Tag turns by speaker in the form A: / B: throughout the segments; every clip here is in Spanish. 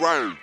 A: Val.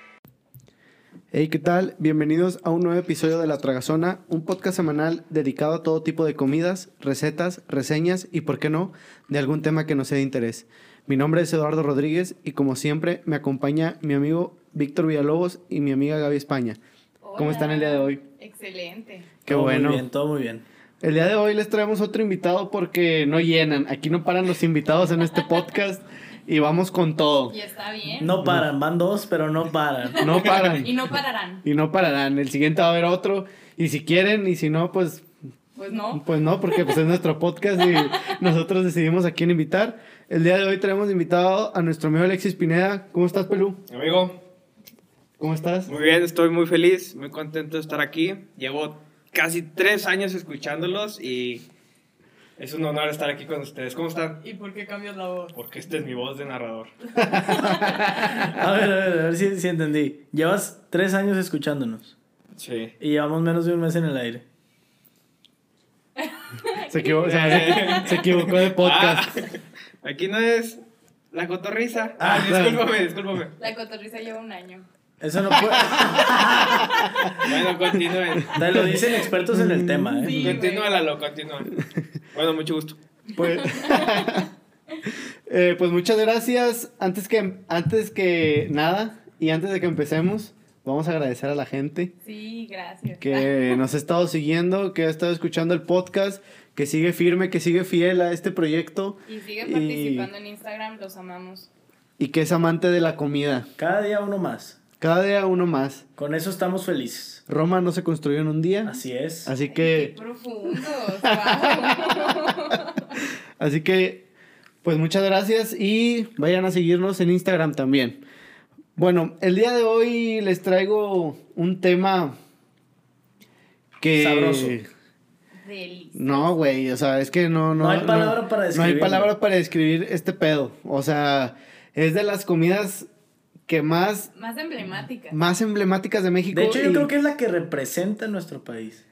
B: Hey, ¿qué tal? Bienvenidos a un nuevo episodio de La Tragazona, un podcast semanal dedicado a todo tipo de comidas, recetas, reseñas y, por qué no, de algún tema que nos sea de interés. Mi nombre es Eduardo Rodríguez y, como siempre, me acompaña mi amigo Víctor Villalobos y mi amiga Gaby España. ¿Cómo
C: Hola.
B: están el día de hoy?
C: Excelente.
B: Qué
D: Todo
B: bueno.
D: Muy bien, todo muy bien.
B: El día de hoy les traemos otro invitado porque no llenan. Aquí no paran los invitados en este podcast y vamos con todo.
C: Y está bien.
D: No paran, van dos, pero no paran.
B: No paran.
C: Y no pararán.
B: Y no pararán. El siguiente va a haber otro. Y si quieren, y si no, pues,
C: Pues no.
B: pues no, porque pues, es nuestro podcast y nosotros decidimos a quién invitar. El día de hoy traemos invitado a nuestro amigo Alexis Pineda. ¿Cómo estás, Pelú?
E: Amigo,
B: ¿Cómo estás?
E: muy bien, estoy muy feliz, muy contento de estar aquí. Llevo casi tres años escuchándolos y es un honor estar aquí con ustedes. ¿Cómo están?
C: ¿Y por qué cambias la voz?
E: Porque esta es mi voz de narrador.
D: A ver, a ver, a ver si, si entendí. Llevas tres años escuchándonos
E: Sí.
D: y llevamos menos de un mes en el aire.
B: Se, equivo- se- se equivocó de podcast.
E: Aquí no es la cotorriza.
D: Ah,
E: Ah,
B: claro.
E: discúlpame, discúlpame.
C: La cotorriza lleva un año.
D: Eso no puede.
E: Bueno, continúen.
D: Te lo dicen expertos en el
B: Mm,
D: tema, ¿eh?
C: Sí, güey.
E: Continúala, continúa. Bueno, mucho gusto.
B: Pues, Eh, pues muchas gracias. Antes que, antes que nada y antes de que empecemos, vamos a agradecer a la gente
C: Sí, gracias.
B: que nos ha estado siguiendo, que ha estado escuchando el podcast, que sigue firme, que sigue fiel a este proyecto
C: Y sigue
B: Y-
C: participando en Instagram, los amamos.
B: y que es amante de la comida.
D: Cada día uno más.
B: Cada día uno más.
D: Con eso estamos felices.
B: Roma no se construyó en un día.
D: Así es.
B: Así
C: Ay,
B: que,
C: qué profundos. guau.
B: así que, pues muchas gracias y vayan a seguirnos en Instagram también. Bueno, el día de hoy les traigo un tema que...
D: Sabroso.
C: Delicioso.
B: No, güey, o sea, es que no, no.
D: No hay palabra para
B: No hay
D: describirlo.
B: palabra para describir este pedo. O sea, es de las comidas que más,
C: Más emblemática.
B: más emblemáticas de México.
D: De hecho, yo
B: y-
D: creo que es la que representa nuestro país.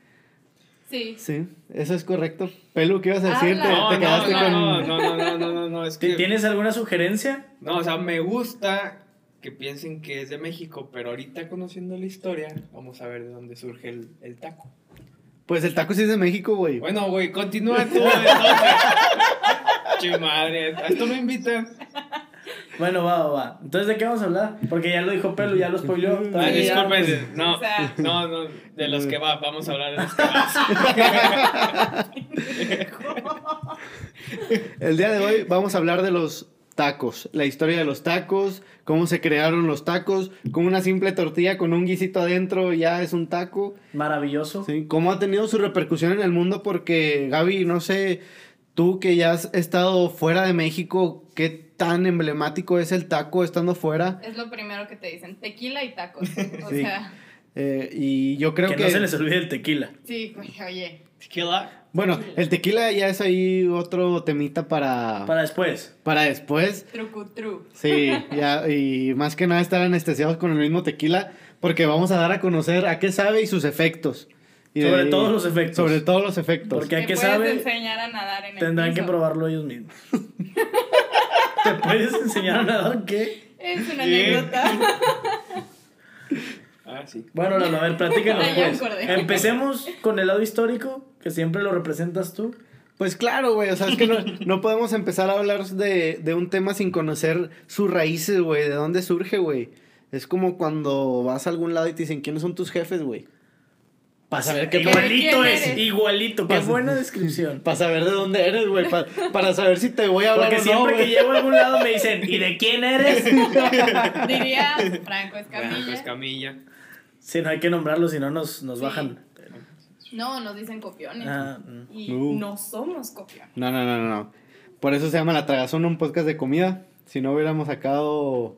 C: Sí.
B: Sí, eso es correcto. Pelu, ¿qué ibas a decir? Te,
C: Habla.
E: No,
B: te
E: no,
B: quedaste
E: no,
B: con.
E: no, no, no, no, no, no, no, es
D: ¿Ti-
E: que...
D: ¿Tienes alguna sugerencia?
E: No, o sea, me gusta que piensen que es de México, pero ahorita conociendo la historia, vamos a ver de dónde surge el, el taco.
B: Pues el taco sí es de México, güey.
E: Bueno, güey, continúa tú. entonces. che madre, a esto me invitan.
D: Bueno, va, va, va. Entonces, ¿de qué vamos a hablar? Porque ya lo dijo Pelu, ya lo spoiló.
E: Ah,
D: Todavía ya-
E: disculpen, no,
C: O sea.
E: no, no, de los que va, vamos a hablar de los que va.
B: El día de hoy vamos a hablar de los tacos, la historia de los tacos, cómo se crearon los tacos, con una simple tortilla con un guisito adentro ya es un taco.
D: Maravilloso.
B: Sí, ¿Cómo ha tenido su repercusión en el mundo? Porque, Gaby, no sé, tú que ya has estado fuera de México, ¿qué tan emblemático es el taco estando fuera?
C: Es lo primero que te dicen. Tequila y tacos. O
B: Sí.
C: sea,
B: Eh, y yo creo
D: que,
B: que...
D: no se les olvide el tequila.
C: sí, güey, oye.
E: Tequila.
B: Bueno, el tequila ya es ahí otro temita para, para...
D: Para después.
B: después.
C: Trucu tru.
B: Sí, ya, y más que nada estar anestesiados con el mismo tequila, porque vamos a dar a conocer a qué sabe y sus efectos. Y de
D: Sobre
B: ahí-
D: todos los efectos.
B: Sobre todos los efectos.
D: Porque- ¿Y a
C: Te
D: qué
C: puedes
D: sabe?
C: enseñar a nadar en el
D: Tendrán que
C: piso.
D: probarlo ellos mismos. ¿Te puedes enseñar a nadar qué?
C: Es una
E: Sí.
C: anécdota.
E: Ah, sí.
D: Bueno, no, no, a ver, platícanos.
C: Ya, ya
D: pues.
C: me acordé.
D: Empecemos con el lado histórico, que siempre lo representas tú.
B: Pues claro, güey, o sea, es que no, no podemos empezar a hablar de, de un tema sin conocer sus raíces, güey, de dónde surge, güey. Es como cuando vas a algún lado y te dicen, ¿quiénes son tus jefes, güey?
D: Para
B: saber qué-
D: Igualito
C: ¿Quién
D: es,
C: eres?
D: igualito. Qué
B: Pasa.
D: buena descripción.
B: Para saber de dónde eres, güey, pa- para saber si te voy a hablar
D: Porque
B: o no,
D: siempre que
B: güey.
D: llego a algún lado me dicen, ¿y de quién eres?
C: Diría Franco
E: Franco
C: Escamilla.
E: Escamilla.
D: Si no hay que nombrarlo, si no nos, nos
C: Sí.
D: bajan.
C: No, nos dicen copiones.
D: Ah, mm.
C: Y
B: Uh.
C: no somos copiones.
B: No, no, no, no, no. Por eso se llama La Tragazón, un podcast de comida. Si no hubiéramos sacado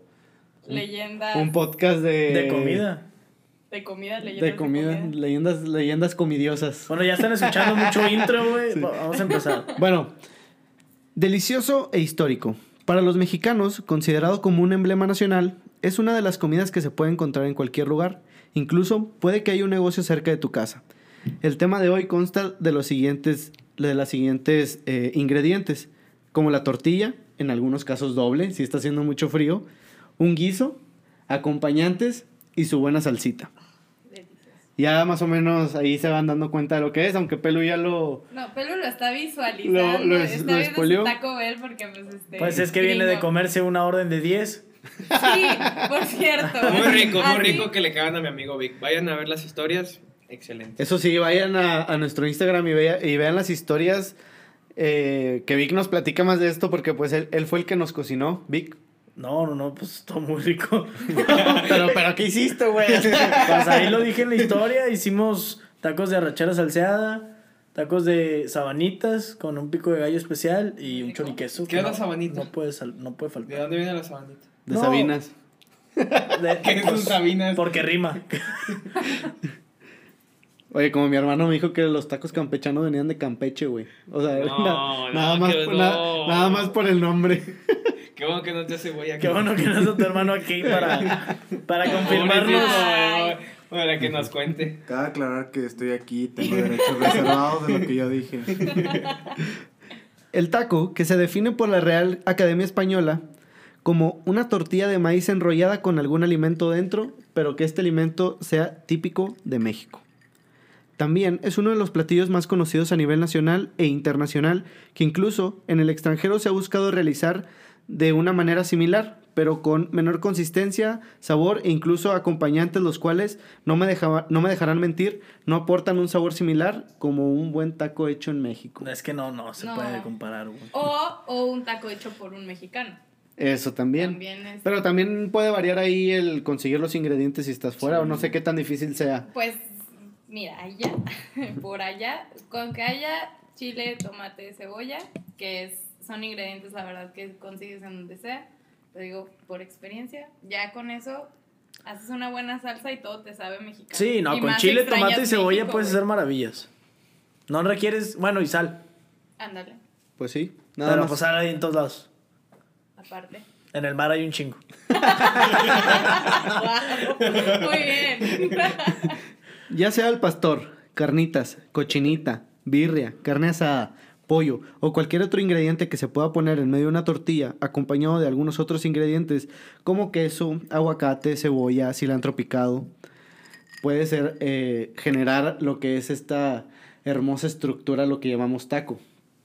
C: Leyendas
B: un podcast de...
D: de comida.
C: de comida, leyendas
B: De comida, leyendas, leyendas comidiosas.
D: Bueno, ya están escuchando mucho intro, güey. Vamos a empezar.
B: Bueno, delicioso e histórico. Para los mexicanos, considerado como un emblema nacional, es una de las comidas que se puede encontrar en cualquier lugar. Incluso puede que haya un negocio cerca de tu casa. El tema de hoy consta de los siguientes, de las siguientes eh, ingredientes, como la tortilla, en algunos casos doble, si está haciendo mucho frío, un guiso, acompañantes y su buena salsita. Ya más o menos ahí se van dando cuenta de lo que es, aunque Pelu ya lo...
C: No, Pelu lo está visualizando.
B: Lo- lo es-
C: está
B: lo
C: viendo
B: espolió.
C: su Taco Bell porque pues este...
D: Pues es que viene de
C: gringo.
D: comerse una orden de 10.
C: Sí, por cierto.
E: Muy rico, muy
C: Así-
E: rico que le cagan a mi amigo Vic. Vayan a ver las historias. Excelente.
B: Eso sí, vayan a, a nuestro Instagram y, vea- y vean las historias eh, que Vic nos platica más de esto, porque pues él, él fue el que nos cocinó, Vic.
D: No, no, no, pues todo muy rico.
B: pero, pero, ¿qué hiciste, güey?
D: Pues ahí lo dije en la historia, hicimos tacos de arrachera salseada, tacos de sabanitas con un pico de gallo especial y un
C: Rico.
D: choriqueso.
E: ¿Qué
D: que
E: es la
D: no-
E: sabanita?
D: No puede, sal- no puede
E: ¿De
D: faltar.
E: dónde viene la sabanita?
B: De
D: No.
B: Sabinas.
D: De- pues,
E: ¿Qué es un sabinas?
D: Porque rima.
B: Oye, como mi hermano me dijo que los tacos campechanos venían de Campeche, güey. O sea,
E: No,
B: na-
E: no,
B: nada, más,
E: que
B: por-
E: no.
B: na- nada más por el nombre.
E: Qué bueno que no te hace güey aquí.
D: Qué bueno que no está tu hermano aquí para, para confirmarnos.
E: Confirmarnos. Para que nos cuente.
A: Cabe aclarar que estoy aquí y tengo derechos reservados de lo que yo dije.
B: El taco, que se define por la Real Academia Española como una tortilla de maíz enrollada con algún alimento dentro, pero que este alimento sea típico de México. También es uno de los platillos más conocidos a nivel nacional e internacional, que incluso en el extranjero se ha buscado realizar de una manera similar, pero con menor consistencia, sabor e incluso acompañantes, los cuales, no me, dejaba- no me dejarán mentir, no aportan un sabor similar como un buen taco hecho en México.
D: Es que no, no se
C: No.
D: puede comparar. güey.
C: O, o un taco hecho por un mexicano.
B: Eso también.
C: También es...
B: Pero también puede variar ahí el conseguir los ingredientes si estás fuera o no sé qué tan difícil sea.
C: Pues, mira, allá, por allá, con que haya chile, tomate, cebolla, que es, son ingredientes, la verdad, que consigues en donde sea, te digo, por experiencia, ya con eso haces una buena salsa y todo te sabe mexicano.
D: Sí, no,
C: Y
D: con
C: más
D: chile,
C: extrañas
D: tomate y cebolla
C: México,
D: puedes
C: güey.
D: hacer maravillas. No requieres, bueno, y sal.
C: Ándale,
B: Pues sí, nada
D: pero
B: más.
D: pues sal hay en todos lados.
C: aparte.
D: En el mar hay un chingo.
C: Guau, Muy bien.
B: Ya sea al pastor, carnitas, cochinita, birria, carne asada, pollo o cualquier otro ingrediente que se pueda poner en medio de una tortilla acompañado de algunos otros ingredientes como queso, aguacate, cebolla, cilantro picado, puede ser eh, generar lo que es esta hermosa estructura, lo que llamamos taco.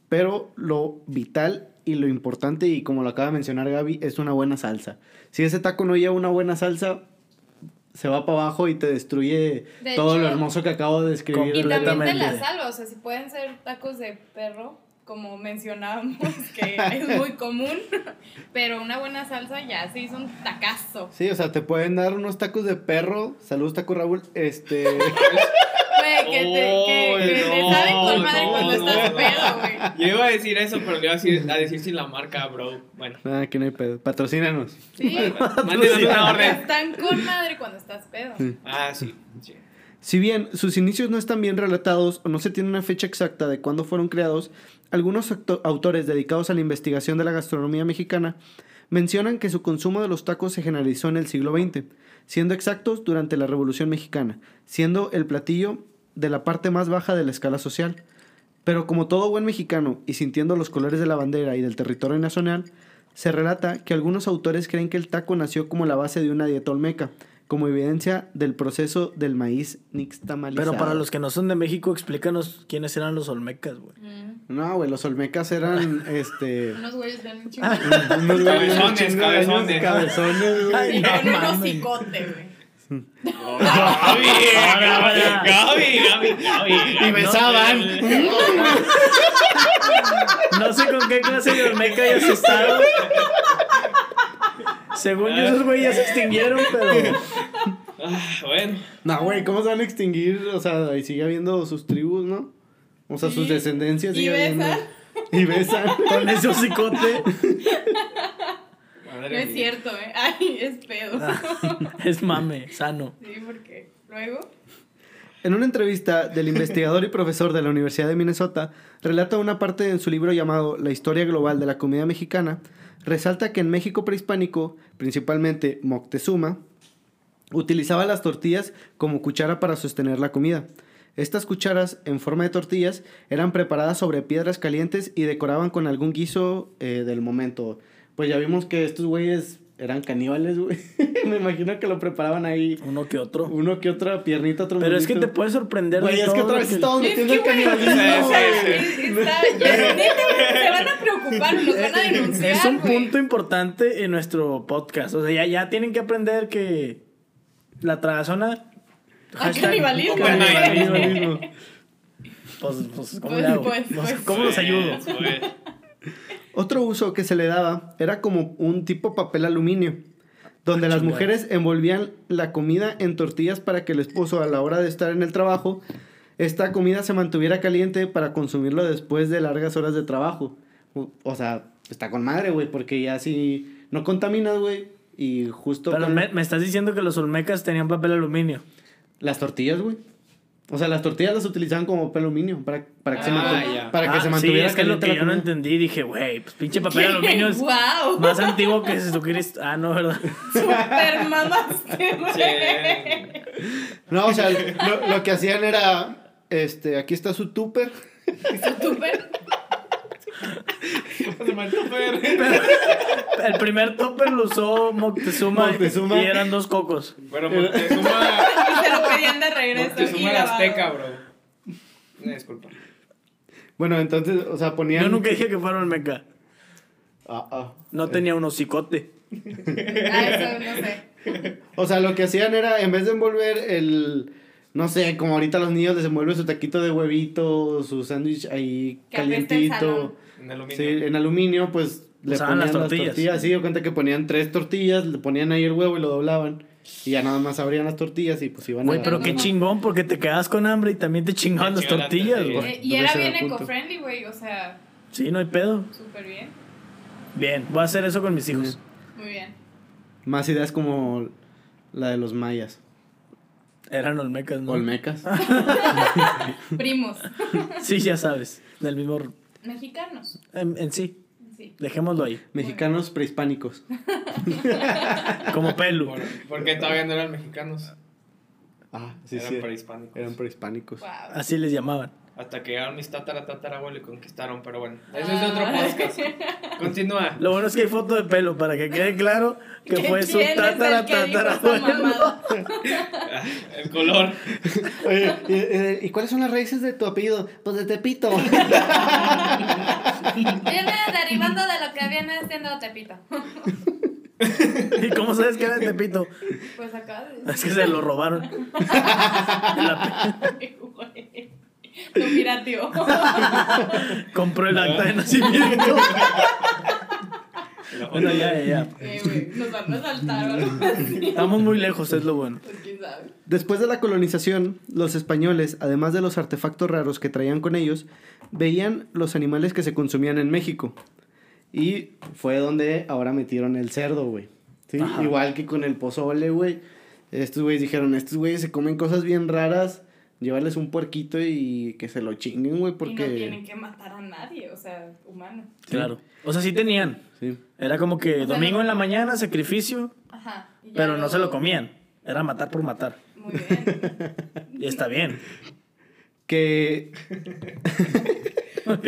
B: Pero lo vital y lo importante, y como lo acaba de mencionar Gaby, es una buena salsa. Si ese taco no lleva una buena salsa, se va para abajo y te destruye
C: De
B: todo lo
C: hecho-
B: hermoso que acabo de describir.
C: Y también te
D: Completamente.
C: la salva, o sea, si pueden ser tacos de perro, como mencionábamos, que es muy común, pero una buena salsa ya se hizo un tacazo.
B: Sí, o sea, te pueden dar unos tacos de perro. Saludos, taco Raúl. Este.
C: Güey, que te, que, que te
E: Oh,
C: saben con madre
E: no,
C: cuando
E: no.
C: estás pedo, güey.
E: Yo iba a decir eso, pero le iba a decir, a decir sin la marca, bro. Bueno.
B: Nada, que no hay pedo. Patrocínanos.
C: Sí,
E: Mándenos una orden.
C: están con madre cuando estás pedo.
B: Sí.
E: Ah, sí. sí.
B: Si bien sus inicios no están bien relatados o no se tiene una fecha exacta de cuándo fueron creados, algunos acto- autores dedicados a la investigación de la gastronomía mexicana mencionan que su consumo de los tacos se generalizó en el siglo XX, siendo exactos durante la Revolución Mexicana, siendo el platillo de la parte más baja de la escala social. Pero como todo buen mexicano y sintiendo los colores de la bandera y del territorio nacional, se relata que algunos autores creen que el taco nació como la base de una dieta olmeca, como evidencia del proceso del maíz nixtamalizado.
D: Pero para los que no son de México, explícanos quiénes eran los olmecas, güey.
C: Mm,
B: No, güey, los olmecas eran, este...
C: Unos güeyes bien chingados.
B: unos
E: Cabezones,
B: unos chingados,
E: cabezones.
B: cabezones, güey.
D: Ay,
C: Y
D: no
C: con un
D: mames.
C: hocicote, güey.
E: Gaby,
D: Ahora,
E: Gaby, Gaby, Gaby, Gaby.
B: Y besaban.
D: No sé con qué clase de olmeca ya se estaban. Según yo, esos güeyes ya se extinguieron, pero.
E: Ah, Bueno,
B: No, güey, ¿cómo se van a extinguir? O sea, ahí sigue habiendo sus tribus, ¿no? O sea, sus
C: Sí.
B: descendencias
C: Y ah,
B: sigue habiendo.
C: besan.
B: Y besan.
D: Con ese hocicote
E: madre
C: No es
E: mía.
C: cierto, eh. Ay, es pedo.
D: Ah, es mame, sano.
C: Sí, porque luego.
B: En una entrevista del investigador y profesor de la Universidad de Minnesota, relata una parte en su libro llamado La historia global de la comida mexicana, resalta que en México prehispánico, principalmente Moctezuma, utilizaba las tortillas como cuchara para sostener la comida. Estas cucharas, en forma de tortillas, eran preparadas sobre piedras calientes y decoraban con algún guiso eh, del momento. Pues ya vimos que estos güeyes eran caníbales, güey. Me imagino que lo preparaban ahí.
D: Uno que otro.
B: Uno que otra piernita, otro
D: Pero es que
B: musito.
D: te puede sorprender. de
B: Güey, es que
D: todo
B: otra
D: lo
B: vez estamos
C: Es que,
B: metiendo el
C: güey,
B: canibalismo,
C: o sea,
E: Sí,
B: güey.
C: es- está- ya, neta, güey, se van a preocupar, nos van a denunciar.
D: Es un
C: güey.
D: punto importante en nuestro podcast. O sea, ya, ya tienen que aprender que la tragazona.
C: Ah, canibalismo.
D: canibalismo. Pues, pues, ¿cómo
C: Pues,
D: le hago?
C: pues,
D: Pues,
C: pues.
D: ¿Cómo los ayudo?
B: Otro uso que se le daba era como un tipo papel aluminio, donde las
D: chingada.
B: mujeres envolvían la comida en tortillas para que el esposo a la hora de estar en el trabajo, esta comida se mantuviera caliente para consumirlo después de largas horas de trabajo. O, o sea, está con madre, güey, porque ya si no contaminas, güey, y justo
D: Pero
B: con
D: me, me estás diciendo que los olmecas tenían papel aluminio.
B: las tortillas, güey. O sea, las tortillas las utilizaban como papel aluminio para, para que, se,
E: Ah,
B: mantu-
E: ya.
B: para que
D: Ah,
B: se mantuviera
D: sí, es que lo
B: caliente
D: que
B: la
D: yo no
B: comida.
D: entendí. Dije, güey, pues pinche papel
C: ¿Qué?
D: aluminio es
C: ¡Guau!
D: más antiguo que Jesucristo. Ah, no, ¿verdad?
C: Super mamaste, güey.
E: Sí.
B: No, o sea, lo, lo que hacían era, este, aquí está su tupper.
C: Super-
D: El primer topper lo usó Moctezuma,
B: Moctezuma.
D: y eran dos cocos.
E: Bueno, Moctezuma,
C: Y se lo pedían de regreso. y
E: Moctezuma era
C: lavado.
E: azteca, bro. Una disculpa.
B: Bueno, entonces, o sea, ponían...
D: Yo nunca dije que fuera olmeca.
B: Ah, ah.
D: No tenía un hocicote.
C: Ah, eso no sé.
B: O sea, lo que hacían era, en vez de envolver el... No sé, como ahorita los niños les envuelven su taquito de huevito, su sándwich ahí
C: Que apeste el salón.
B: calientito.
E: En aluminio.
B: Sí, en aluminio, pues le
D: Usaban
B: ponían
D: las
B: las tortillas.
D: tortillas.
B: Sí, dio cuenta que ponían tres tortillas, le ponían ahí el huevo y lo doblaban. Y ya nada más abrían las tortillas y pues iban
D: Güey,
B: a...
D: pero qué chingón, porque te quedabas con hambre y también te chingaban
E: Te
D: las
E: chingaban las
D: tortillas,
E: tortillas.
D: güey.
C: Eh, y
B: entonces
C: era
B: era
C: bien
B: el punto.
C: eco-friendly, güey. O sea,
D: Sí, no hay pedo.
C: súper bien.
D: Bien, voy a hacer eso con mis hijos.
C: Muy bien.
B: Más ideas como la de los mayas.
D: Eran olmecas, ¿no?
B: Olmecas.
C: Primos.
D: Sí, ya sabes. Del mismo.
C: Mexicanos.
D: En, en sí,
C: Sí.
D: dejémoslo ahí.
B: Mexicanos prehispánicos.
D: Como pelu.
E: Por- Porque todavía no eran mexicanos.
B: Ah,
E: eran prehispánicos.
B: Eran prehispánicos.
C: Wow.
D: Así les llamaban.
E: Hasta que llegaron mis tatara tatarabuelo y conquistaron, pero bueno, eso es otro
C: Ah.
E: podcast. Continúa.
D: Lo bueno es que hay foto de pelo para que quede claro que
C: ¿Qué-
D: fue su
C: quién es el
D: tatara
C: que dijo esa
D: tatara.
C: mamada?
E: El color.
B: Oye, ¿y, eh, ¿y cuáles son las raíces de tu apellido? Pues de Tepito.
C: Viene derivando de lo que viene haciendo Tepito.
D: ¿Y cómo sabes que era de Tepito?
C: Pues acá.
D: Es que se lo robaron.
C: Güey. Lo pirateó.
D: Compró el acta de nacimiento.
E: La foto
D: Bueno, ya, ya,
E: de-
D: ya.
C: Eh, güey, Nos van a saltar o algo así.
D: Estamos muy lejos, es lo bueno.
C: Pues quién sabe.
B: Después de la colonización, los españoles, además de los artefactos raros que traían con ellos, veían los animales que se consumían en México. Y fue donde ahora metieron el cerdo, güey. ¿Sí?
D: Ajá.
B: Igual que con el pozole, güey. Estos güeyes dijeron, estos güeyes se comen cosas bien raras, llevarles un puerquito y que se lo chinguen, güey,
C: Y no
B: porque...
C: tienen que matar a nadie, o sea, humano.
D: Claro. O sea, sí tenían.
B: Sí.
D: Era como que domingo en la mañana, sacrificio,
C: Ajá. y ya
D: pero no
C: luego-
D: se lo comían. Era matar por matar.
C: Muy bien.
D: Y está bien.
B: Que Este,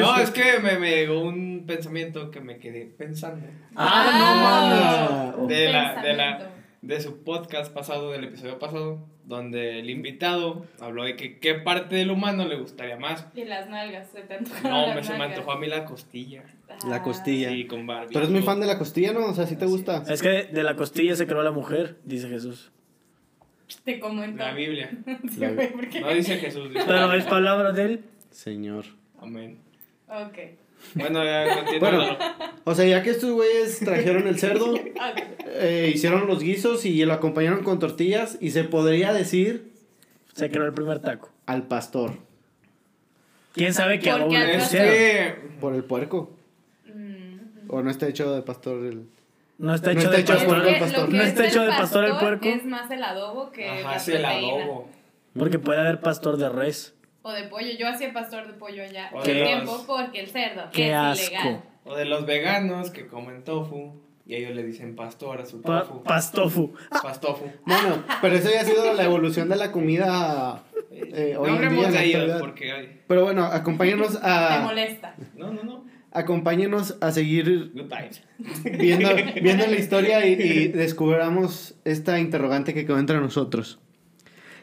E: No, es que me, me llegó un pensamiento que me quedé pensando.
C: Ah,
D: no Ah, mames.
E: De la, de la,
C: Pensamiento.
E: de su podcast pasado, del episodio pasado, donde el invitado habló de que qué parte del humano le gustaría más.
C: Y las nalgas, se te antojaron
E: No,
C: las
E: me, se me
C: nalgas. Ah,
E: antojó a mí la costilla.
B: La costilla.
E: Sí, con Barbie.
B: Tú eres muy fan de la costilla, ¿no? O sea, si te gusta.
D: Es que de la costilla se creó la mujer, dice Jesús.
C: Te comento.
E: La Biblia.
C: Sí, güey, porque-
E: No dice Jesús. dice-
D: Pero es palabra de él.
B: Señor.
E: Amén.
C: Ok.
E: Bueno, ya continúa.
B: Bueno. O sea, ya que estos güeyes trajeron el cerdo,
C: ok.
B: eh, hicieron los guisos y lo acompañaron con tortillas y se podría decir
D: Se creó el primer taco.
B: al pastor
D: ¿Quién sabe qué
C: Porque
D: abono le
C: atrás-
E: Es
D: pusieron?
E: que
B: por el puerco.
C: Mm.
B: O no está hecho de pastor el...
D: No está
B: No
D: hecho
B: está
D: de
B: hecho de
D: pastor.
B: puerco el
C: Es que
B: pastor.
C: lo que
D: No
C: es
D: está hecho
C: el
D: de pastor el puerco.
C: Es más el adobo que
E: Ajá,
C: la
E: es el
C: proteína.
E: adobo.
D: Porque puede haber pastor de res.
C: O de pollo. Yo hacía pastor de pollo allá.
E: O
C: Qué
E: de
C: tiempo
E: las-
C: porque el cerdo
D: Qué
C: es
D: asco.
C: ilegal.
E: O de los veganos que comen tofu y ellos le dicen pastor a su
D: Pa-
E: tofu.
D: pastofu.
E: Pastofu.
B: Bueno, pero eso ya ha sido la evolución de la comida eh,
E: no
B: hoy en día.
E: hablemos
B: en la
E: de ellos
B: actualidad.
E: porque ay,
B: Pero bueno, acompáñanos
C: Te
B: a,
C: molesta.
E: No, no, no.
B: Acompáñenos a seguir
E: Good times.
B: viendo, viendo la historia y, y descubramos esta interrogante que quedó entre nosotros.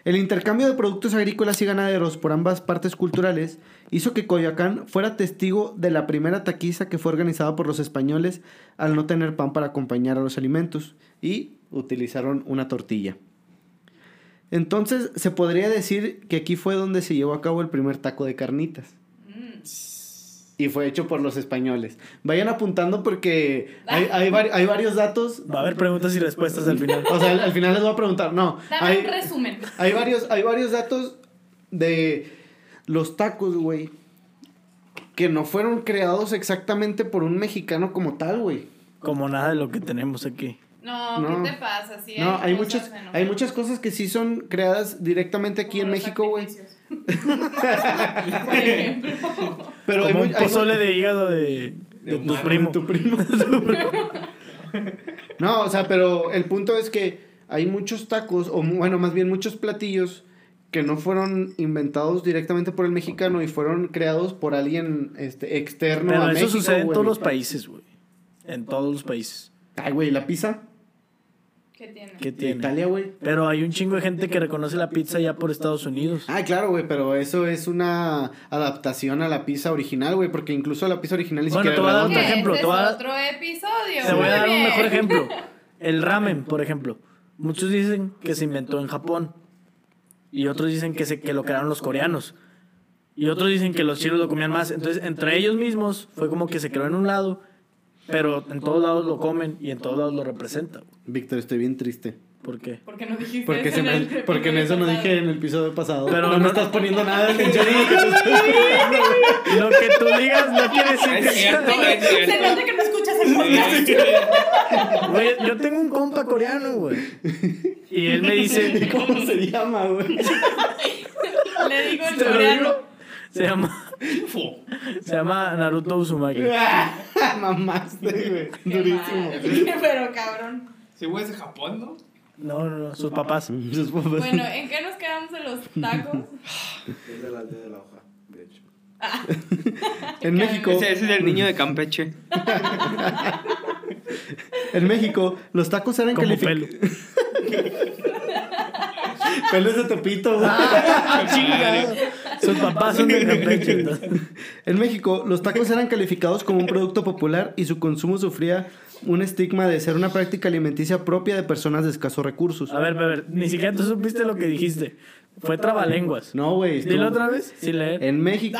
B: El intercambio de productos agrícolas y ganaderos por ambas partes culturales hizo que Coyoacán fuera testigo de la primera taquiza que fue organizada por los españoles al no tener pan para acompañar a los alimentos y utilizaron una tortilla. Entonces se podría decir que aquí fue donde se llevó a cabo el primer taco de carnitas.
C: Mm.
B: Y fue hecho por los españoles. Vayan apuntando porque hay, hay vari- hay varios datos.
D: Va a haber preguntas y respuestas al final.
B: O sea, al, al final les voy a preguntar. No,
C: Dame
B: hay,
C: un resumen.
B: hay varios, hay varios datos de los tacos, güey. Que no fueron creados exactamente por un mexicano como tal, güey.
D: Como nada de lo que tenemos aquí.
C: No,
B: No.
C: ¿qué te pasa? Sí,
B: no, hay,
C: cosas
B: muchas,
C: en
B: hay
C: Oaxaca.
B: muchas cosas que sí son creadas directamente aquí
C: Como
B: en
C: los
B: México, güey.
C: sacrificios. Por ejemplo.
B: Pero hay
D: Como
B: mu-
D: un
B: hay mu-
D: pozole de hígado de,
E: De
D: de
E: un
D: tu
E: mar-
D: primo.
B: Ah, tu primo. No, o sea, pero el punto es que hay muchos tacos, o mu- bueno, más bien muchos platillos que no fueron inventados directamente por el mexicano y fueron creados por alguien este, externo
D: Pero
B: a
D: eso
B: México.
D: sucede en
B: güey.
D: todos los países, güey. En todos los países.
B: Ay, güey, la pizza
C: ¿Qué tiene?
D: ¿Qué
B: de
D: tiene?
B: Italia, güey.
D: Pero hay un chingo de gente que reconoce la pizza ya por Estados Unidos.
B: Ah, claro, güey, pero eso es una adaptación a la pizza original, güey, porque incluso la pizza original ni
D: Bueno,
B: siquiera
D: te voy a
B: es
D: dar
C: ¿Qué?
D: otro
B: redonda.
D: ejemplo,
C: Este
D: te voy a
C: es
D: dar-
C: otro episodio.
D: Te voy a dar
C: muy
D: un
C: bien.
D: mejor ejemplo. El ramen, por ejemplo. Muchos dicen que se inventó en Japón. Y otros dicen que, se, que lo crearon los coreanos. Y otros dicen que los chinos lo comían más. Entonces, entre ellos mismos fue como que se creó en un lado, pero en todos lados lo comen y en todos lados lo representan.
B: Víctor, estoy bien triste.
D: ¿Por qué?
C: ¿Por qué no dijiste
B: Porque,
C: eso
B: se me-
C: el
B: porque en
C: episodio
B: eso no
C: pasado?
B: dije en el episodio pasado.
D: Pero
B: no, me
D: no-
B: estás poniendo nada de atención a lo que te estoy diciendo.
D: Lo que tú digas no quiere decir que
E: Es cierto, es
C: Se
E: cierto.
C: nota que no escuchas el podcast.
D: Güey, yo tengo un compa coreano, güey. Y él me dice...
B: ¿Cómo se llama, güey?
C: Le digo el
D: Te lo digo.
C: coreano.
D: Se llama,
E: Fu.
D: se llama Naruto Uzumaki.
B: Mamaste, güey.
C: Qué
B: Durísimo.
C: mal. Pero cabrón.
E: Ese güey es de Japón, ¿no?
D: No, no, no, sus papás.
B: Sus papás-
C: Bueno, ¿en qué nos quedamos de los tacos?
A: Es delante de la hoja, de hecho.
B: en México,
E: Ese, ese es el niño de Campeche.
B: en México, los tacos eran
D: Como
B: calificados.
D: pelo.
B: Pelos de topito, güey.
D: Sus papás son de Campeche. entonces.
B: En México, los tacos eran calificados como un producto popular y su consumo sufría un estigma de ser una práctica alimenticia propia de personas de escasos recursos.
D: A ver, a ver, ni siquiera tú supiste lo que dijiste. Fue trabalenguas.
B: No, Eh, güey.
D: Dilo
B: estuvo-
D: otra vez sin leer.
B: En México,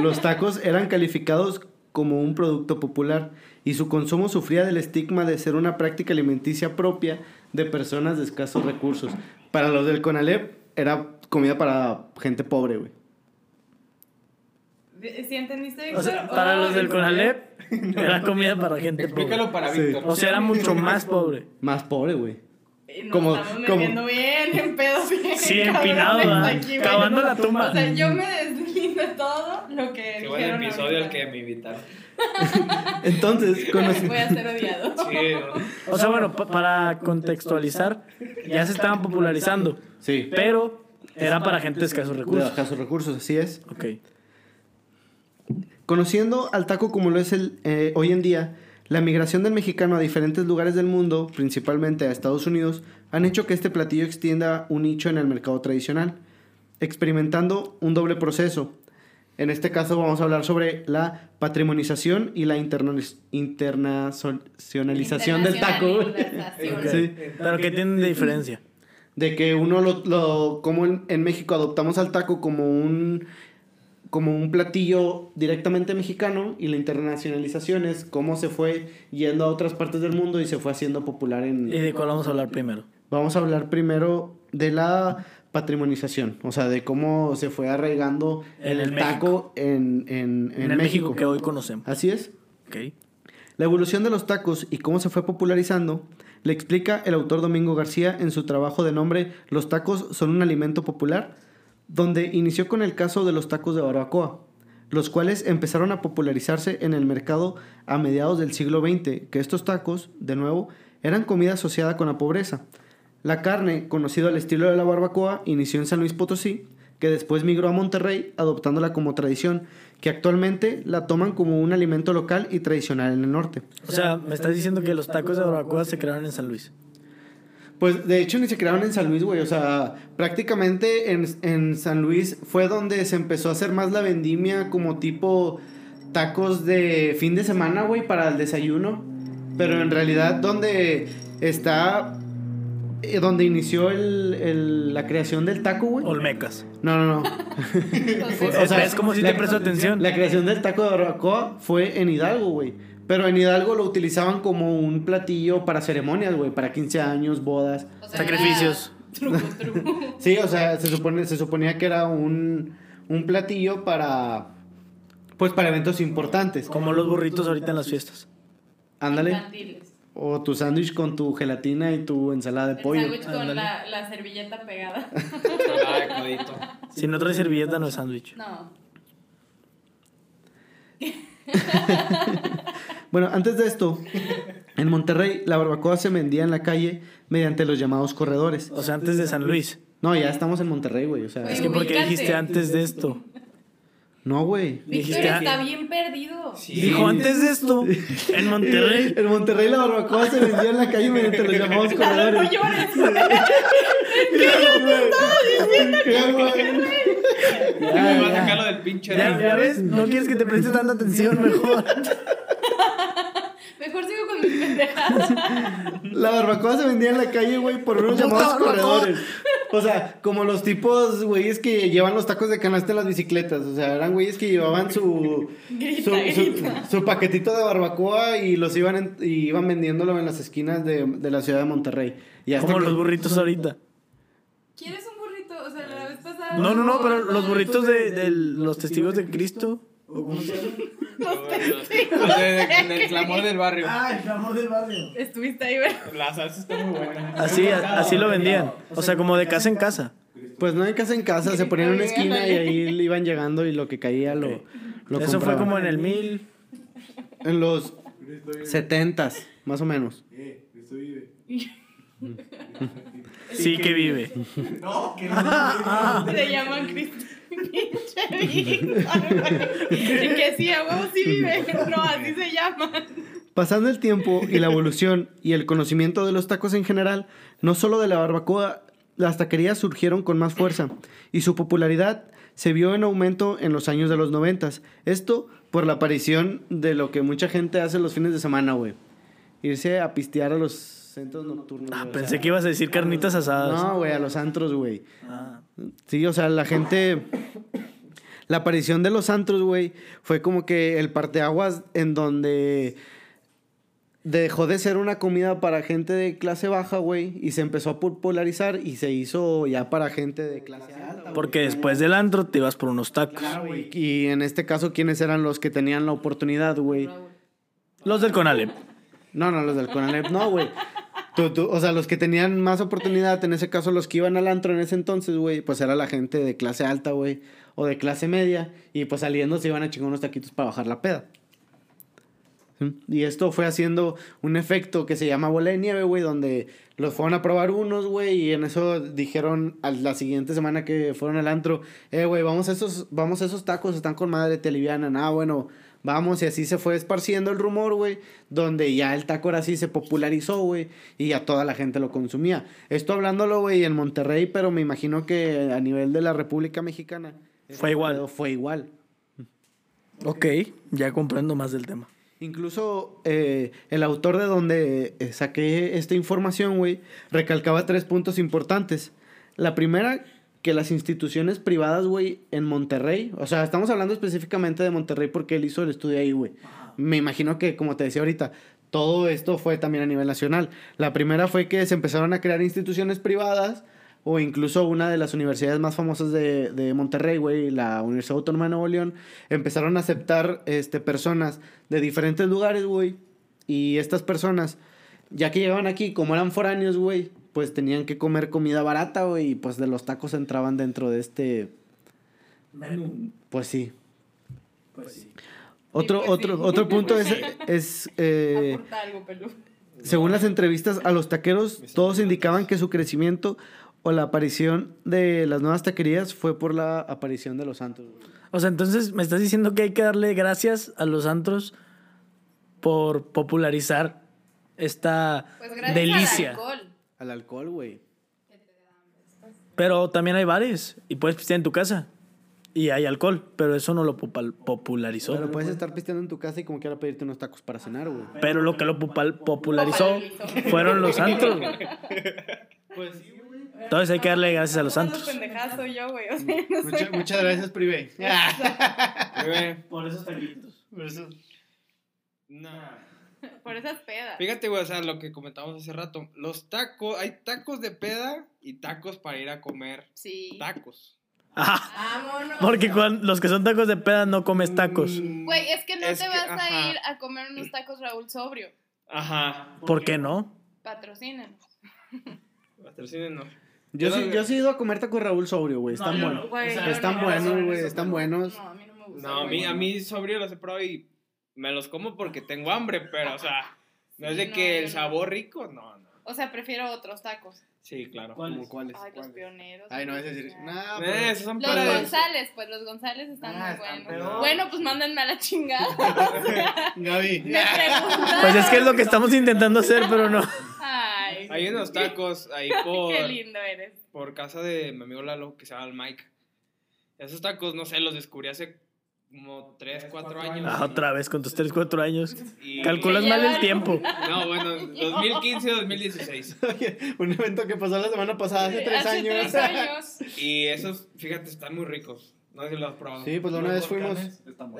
B: los tacos eran calificados como un producto popular y su consumo sufría del estigma de ser una práctica alimenticia propia de personas de escasos recursos. Para los del Conalep, era comida para gente pobre, güey.
C: ¿Sí entendiste,
D: O
C: Víctor? oh,
D: sea, para los del Conalep, era comida para gente
E: Explícalo
D: pobre.
E: para
B: Sí.
E: Víctor.
D: O sea, era mucho más pobre.
B: Más pobre, güey.
C: Nos
B: como-
C: estamos
B: como-
C: metiendo bien, en pedos bien.
D: Sí,
C: cabrones
D: empinado, ¿verdad?
C: aquí, güey.
D: Cavando la tumba.
C: O sea, yo me deslindo de todo lo que
E: Qué buen
C: dijeron
E: episodio
C: ahorita.
E: al que me invitaron.
B: Entonces, conoci-
C: Voy a ser odiado.
E: Sí, ¿no?
D: O sea, bueno, pa- para contextualizar, ya se estaban popularizando,
B: Sí,
D: pero era para gente de escasos
B: de
D: recursos.
B: escasos recursos, así es.
D: Ok.
B: Conociendo al taco como lo es el, eh, hoy en día, la migración del mexicano a diferentes lugares del mundo, principalmente a Estados Unidos, han hecho que este platillo extienda un nicho en el mercado tradicional, experimentando un doble proceso. En este caso vamos a hablar sobre la patrimonización y la interna- internacionalización del taco.
C: Internacionalización.
B: Sí.
D: Pero ¿qué tienen de diferencia?
B: De que uno lo, lo- como en, en México adoptamos al taco como un como un platillo directamente mexicano y la internacionalización es cómo se fue yendo a otras partes del mundo y se fue haciendo popular en
D: ¿Y de cuál vamos a hablar primero?
B: Vamos a hablar primero de la patrimonización, o sea, de cómo se fue arraigando
D: En el
B: el taco en, en- en
D: en el México,
B: México.
D: que hoy conocemos.
B: Así es.
D: Ok.
B: La evolución de los tacos y cómo se fue popularizando le explica el autor Domingo García en su trabajo de nombre Los tacos son un alimento popular, donde inició con el caso de los tacos de barbacoa, los cuales empezaron a popularizarse en el mercado a mediados del siglo XX, que estos tacos, de nuevo, eran comida asociada con la pobreza. La carne, conocida al estilo de la barbacoa, inició en San Luis Potosí, que después migró a Monterrey adoptándola como tradición, que actualmente la toman como un alimento local y tradicional en el norte.
D: O sea, me estás diciendo que los tacos de barbacoa se crearon en San Luis.
B: Pues de hecho ni se crearon en San Luis, güey. O sea, prácticamente en, en San Luis fue donde se empezó a hacer más la vendimia como tipo tacos de fin de semana, güey, para el desayuno. Pero en realidad donde está... eh, Donde inició el- el- la creación del taco, güey.
D: Olmecas.
B: No, no, no.
C: Entonces,
D: O sea, es como si
B: la-
D: te presto atención.
B: La creación del taco de barbacoa fue en Hidalgo, güey. Pero en Hidalgo lo utilizaban como un platillo para ceremonias, güey, para 15 años, bodas.
C: o sea,
D: Sacrificios.
C: era Truco, truco.
B: Sí, o sea, se, supone, se suponía que era un, un platillo para. Pues para eventos importantes.
D: Como los burritos ahorita en las fiestas.
B: Ándale.
C: Infantiles.
B: O tu sándwich con tu gelatina y tu ensalada de
C: El
B: pollo.
C: sándwich con
D: Ándale.
C: la, la servilleta pegada.
E: Ah, de codito.
D: Si no traes servilleta, no es sándwich.
C: No.
B: Bueno, antes de esto, en Monterrey la barbacoa se vendía en la calle mediante los llamados corredores.
D: O sea, antes de San Luis.
B: No, ya estamos en Monterrey, güey. O sea,
D: Es que porque
C: Ubícate.
D: dijiste antes de esto.
B: no, güey.
D: Dijiste
C: Víctor
D: a-
C: está bien perdido.
E: Sí.
D: Dijo antes de esto. En Monterrey.
B: En Monterrey la barbacoa se vendía en la calle mediante los llamados
C: Claro, no
B: corredores.
C: llores.
B: Ya, güey.
E: Ya me va a sacar lo del pinche.
D: Ya,
E: rey.
D: ya ves, no quieres que te preste tanta atención, mejor.
C: Mejor sigo con mis pendejadas.
B: La barbacoa se vendía en la calle, güey, por unos
D: Puta
B: llamados
D: barbacoa.
B: corredores. O sea, como los tipos, güeyes que llevan los tacos de canasta en las bicicletas. O sea, eran güeyes que llevaban su,
C: Grita,
B: su, su,
C: grita.
B: su paquetito de barbacoa y los iban, en- y iban vendiéndolo en las esquinas de, de la ciudad de Monterrey. Y hasta
D: Como
B: que-
D: los burritos ahorita.
C: ¿Quieres un burrito? O sea, la vez pasada.
D: No, no, no, pero los burritos de, de los testigos de Cristo.
E: Los Pues de- del- del clamor del barrio.
D: el clamor del barrio.
C: Estuviste ahí, ¿verdad?
E: La salsa está muy buena.
D: Así, a- así lo vendían. O sea, como de casa en casa.
B: Pues no en casa en casa, se ponían en una esquina y ahí le iban llegando y lo que caía lo, lo
D: Eso fue
B: compraban.
D: como en el mil.
B: En los 70s, más o menos.
A: Eh, Cristo vive.
D: Sí que vive.
A: No, que no.
D: Ah.
C: Se llaman Cristo. Pinche Víctor, güey. Y que sí, a huevo sí vive. No, así se llaman.
B: Pasando el tiempo y la evolución y el conocimiento de los tacos en general, no solo de la barbacoa, las taquerías surgieron con más fuerza y su popularidad se vio en aumento en los años de los 90. Esto por la aparición de lo que mucha gente hace los fines de semana, güey. Irse a pistear a los centros nocturnos.
D: Ah,
B: güey, o
D: pensé
B: sea.
D: que ibas a decir carnitas asadas. Ah,
B: No, güey, a los antros, güey. Sí, o sea, la gente. La aparición de los antros, güey, fue como que el parteaguas en donde dejó de ser una comida para gente de clase baja, güey, y se empezó a popularizar y se hizo ya para gente de clase alta.
D: Porque después del antro te ibas por unos tacos.
B: güey. Y en este caso, ¿quiénes eran los que tenían la oportunidad, güey?
D: Los del Conalep.
B: No, no, los del Conalep, no, güey. Tú- tú- o sea, los que tenían más oportunidad, en ese caso los que iban al antro en ese entonces, güey, pues era la gente de clase alta, güey, o de clase media, y pues saliendo se iban a chingar unos taquitos para bajar la peda. ¿Sí? Y esto fue haciendo un efecto que se llama bola de nieve, güey, donde los fueron a probar unos, güey, y en eso dijeron a la siguiente semana que fueron al antro, eh, güey, vamos a esos, vamos a esos tacos, están con madre, te alivianan, ah, bueno, vamos, y así se fue esparciendo el rumor, güey, donde ya el taco ahora sí se popularizó, güey, y ya toda la gente lo consumía. Esto hablándolo, güey, en Monterrey, pero me imagino que a nivel de la República Mexicana.
D: Fue igual.
B: Pero Fue igual.
D: Ok, ya comprendo más del tema.
B: Incluso eh, el autor de donde eh, saqué esta información, güey, recalcaba tres puntos importantes. La primera, que las instituciones privadas, güey, en Monterrey, o sea, estamos hablando específicamente de Monterrey porque él hizo el estudio ahí, güey. Me imagino que, como te decía ahorita, todo esto fue también a nivel nacional. La primera fue que se empezaron a crear instituciones privadas o incluso una de las universidades más famosas de, de Monterrey, güey, la Universidad Autónoma de Nuevo León, empezaron a aceptar este, personas de diferentes lugares, güey, y estas personas, ya que llegaban aquí, como eran foráneos, güey, pues tenían que comer comida barata, güey, y pues de los tacos entraban dentro de este, pues sí. Otro,
C: Sí, pues
B: otro,
C: sí.
B: otro punto es, es eh,
C: Aporta algo, Pelú.
B: según las entrevistas a los taqueros, todos indicaban que su crecimiento o la aparición de las nuevas taquerías fue por la aparición de los santos. güey.
D: O sea, entonces me estás diciendo que hay que darle gracias a los antros por popularizar esta
C: Pues gracias
D: delicia.
C: al alcohol.
B: Al alcohol, güey.
D: Pero también hay bares y puedes pistear en tu casa. Y hay alcohol, pero eso no lo popal- popularizó.
B: Pero
D: Pero,
B: puedes estar pisteando en tu casa y como quiera pedirte unos tacos para cenar, güey.
D: lo que lo popal- popularizó
C: Popularizó.
D: fueron los antros. güey. Entonces hay que darle gracias a los
C: Todas las
D: antros.
C: pendejadas soy yo, güey. o sea,
F: Mucha- muchas gracias, Privé.
E: Muy bien.
D: Por esos taquitos.
F: Por eso-
E: Nah.
C: por esas pedas.
E: Fíjate, güey, o sea, lo que comentamos hace rato. Los tacos, hay tacos de peda y tacos para ir a comer
C: Sí.
E: tacos.
C: Vámonos.
D: porque cuan- los que son tacos de peda no comes tacos.
E: Mm,
C: Güey, es que no
E: es
C: te
E: que-
C: vas
E: ajá,
C: a ir a comer unos tacos Raúl sobrio.
E: Ajá.
D: ¿Por qué no?
C: Patrocínanos.
E: Patrocínenos.
B: Yo
E: Yo
B: sí,
E: no-
B: yo sí he ido a comer tacos Raúl Sobrio, güey. Están
D: yo no.
B: buenos.
C: Güey,
D: O sea,
C: yo
B: están
C: no-
B: buenos,
C: no,
B: güey,
C: no,
B: están
C: no,
B: buenos.
C: No, a mí no me gusta.
E: No, a mí, a mí sobrio los he probado y me los como porque tengo hambre, pero, o sea, no es de
C: Sí, no,
E: que
C: yo
E: el
C: no.
E: sabor rico, no, no.
C: O sea, prefiero otros tacos.
E: Sí, claro.
B: ¿Cómo cuáles?
C: Ay, los
B: ¿Cuáles?
C: pioneros.
F: Ay, no, es decir,
C: ya.
F: nada,
E: Eh,
B: pues,
F: pero-
E: esos son
C: Ah, pues, Los
E: para de-
C: González, pues los González están
F: Ah,
C: muy
F: están
C: buenos.
F: peor.
C: Bueno, pues mándenme a la chingada.
F: Gaby.
C: Me preguntaron.
D: Pues es que es lo que estamos intentando hacer, pero no.
C: Ay,
E: Hay unos tacos ahí por,
C: qué lindo eres.
E: por casa de mi amigo Lalo que se llama el Mike. Esos tacos, no sé, los descubrí hace como 3, 4 años.
D: Ah, otra vez con tus 3, 4 años.
E: Y-
D: Calculas
C: Se
D: mal el
C: llevan
D: tiempo.
E: No, bueno, 2015, 2016.
B: Un evento que pasó la semana pasada, hace tres
C: Hace
B: años.
C: tres años.
E: Y esos, fíjate, están muy ricos. No sé si los has probado.
B: Sí, pues la una vez fuimos.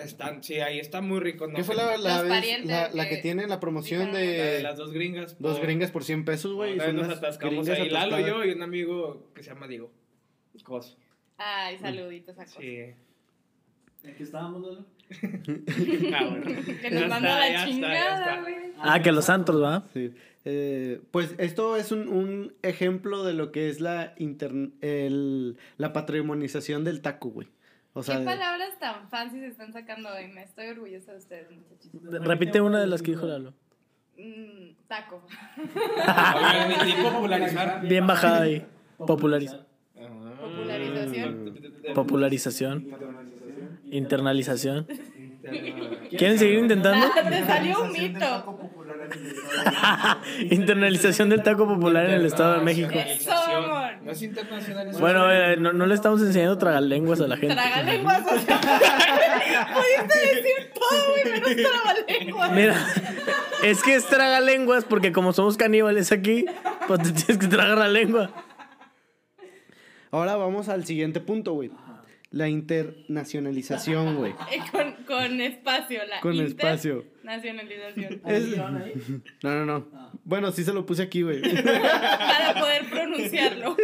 E: Están, sí, ahí están muy ricos. No
B: ¿Qué
E: sé,
B: fue la, la
C: Los
B: vez-
C: parientes
B: la- la que
C: que
B: tiene la promoción
C: dijeron
E: La de las
B: de
E: dos gringas.
B: dos
E: por-
B: gringas por 100 pesos, güey? y
E: Una vez
B: son
E: nos
B: unas
E: atascamos
B: gringas
E: ahí, Lalo,
B: atascadas.
E: yo y un amigo que se llama Diego. Cos.
C: Ay, saluditos a Cos.
E: Sí.
D: estábamos,
E: Ah, bueno.
C: Que
E: Ya
C: nos manda
E: está,
C: la
E: ya está, ya
C: chingada,
E: está.
C: güey.
D: Ah, que los antros, ¿va?
B: Sí. Eh, pues esto es un, un ejemplo de lo que es la, intern- el- la patrimonización del taco, güey. O sea,
C: ¿Qué
B: de-
C: palabras tan fancy se están sacando hoy? Me estoy orgullosa de ustedes, muchachos.
D: Repite una de las que dijo Lalo.
C: Mm, taco.
E: A ver, ni popularizar.
D: Bien bajada ahí. Populariz-
E: Ah.
C: Popularización.
D: popularización. Internalización. ¿Quieren seguir intentando?
C: Te salió un mito.
D: Internalización del taco popular en el Estado de México.
C: Eso, amor.
E: No es internacional. es-
D: Bueno, eh, no, no le estamos enseñando tragalenguas a la gente.
C: Tragalenguas, o sea, pudiste decir todo, güey, menos tragalenguas.
D: Mira, es que es tragalenguas porque como somos caníbales aquí, pues te tienes que tragar la lengua.
B: ahora vamos al siguiente punto, güey. La internacionalización, güey.
C: Eh, con, con espacio, la
B: Con espacio.
C: internacionalización.
B: Es- No, no, no. Bueno, sí se lo puse aquí, güey.
C: Para poder pronunciarlo.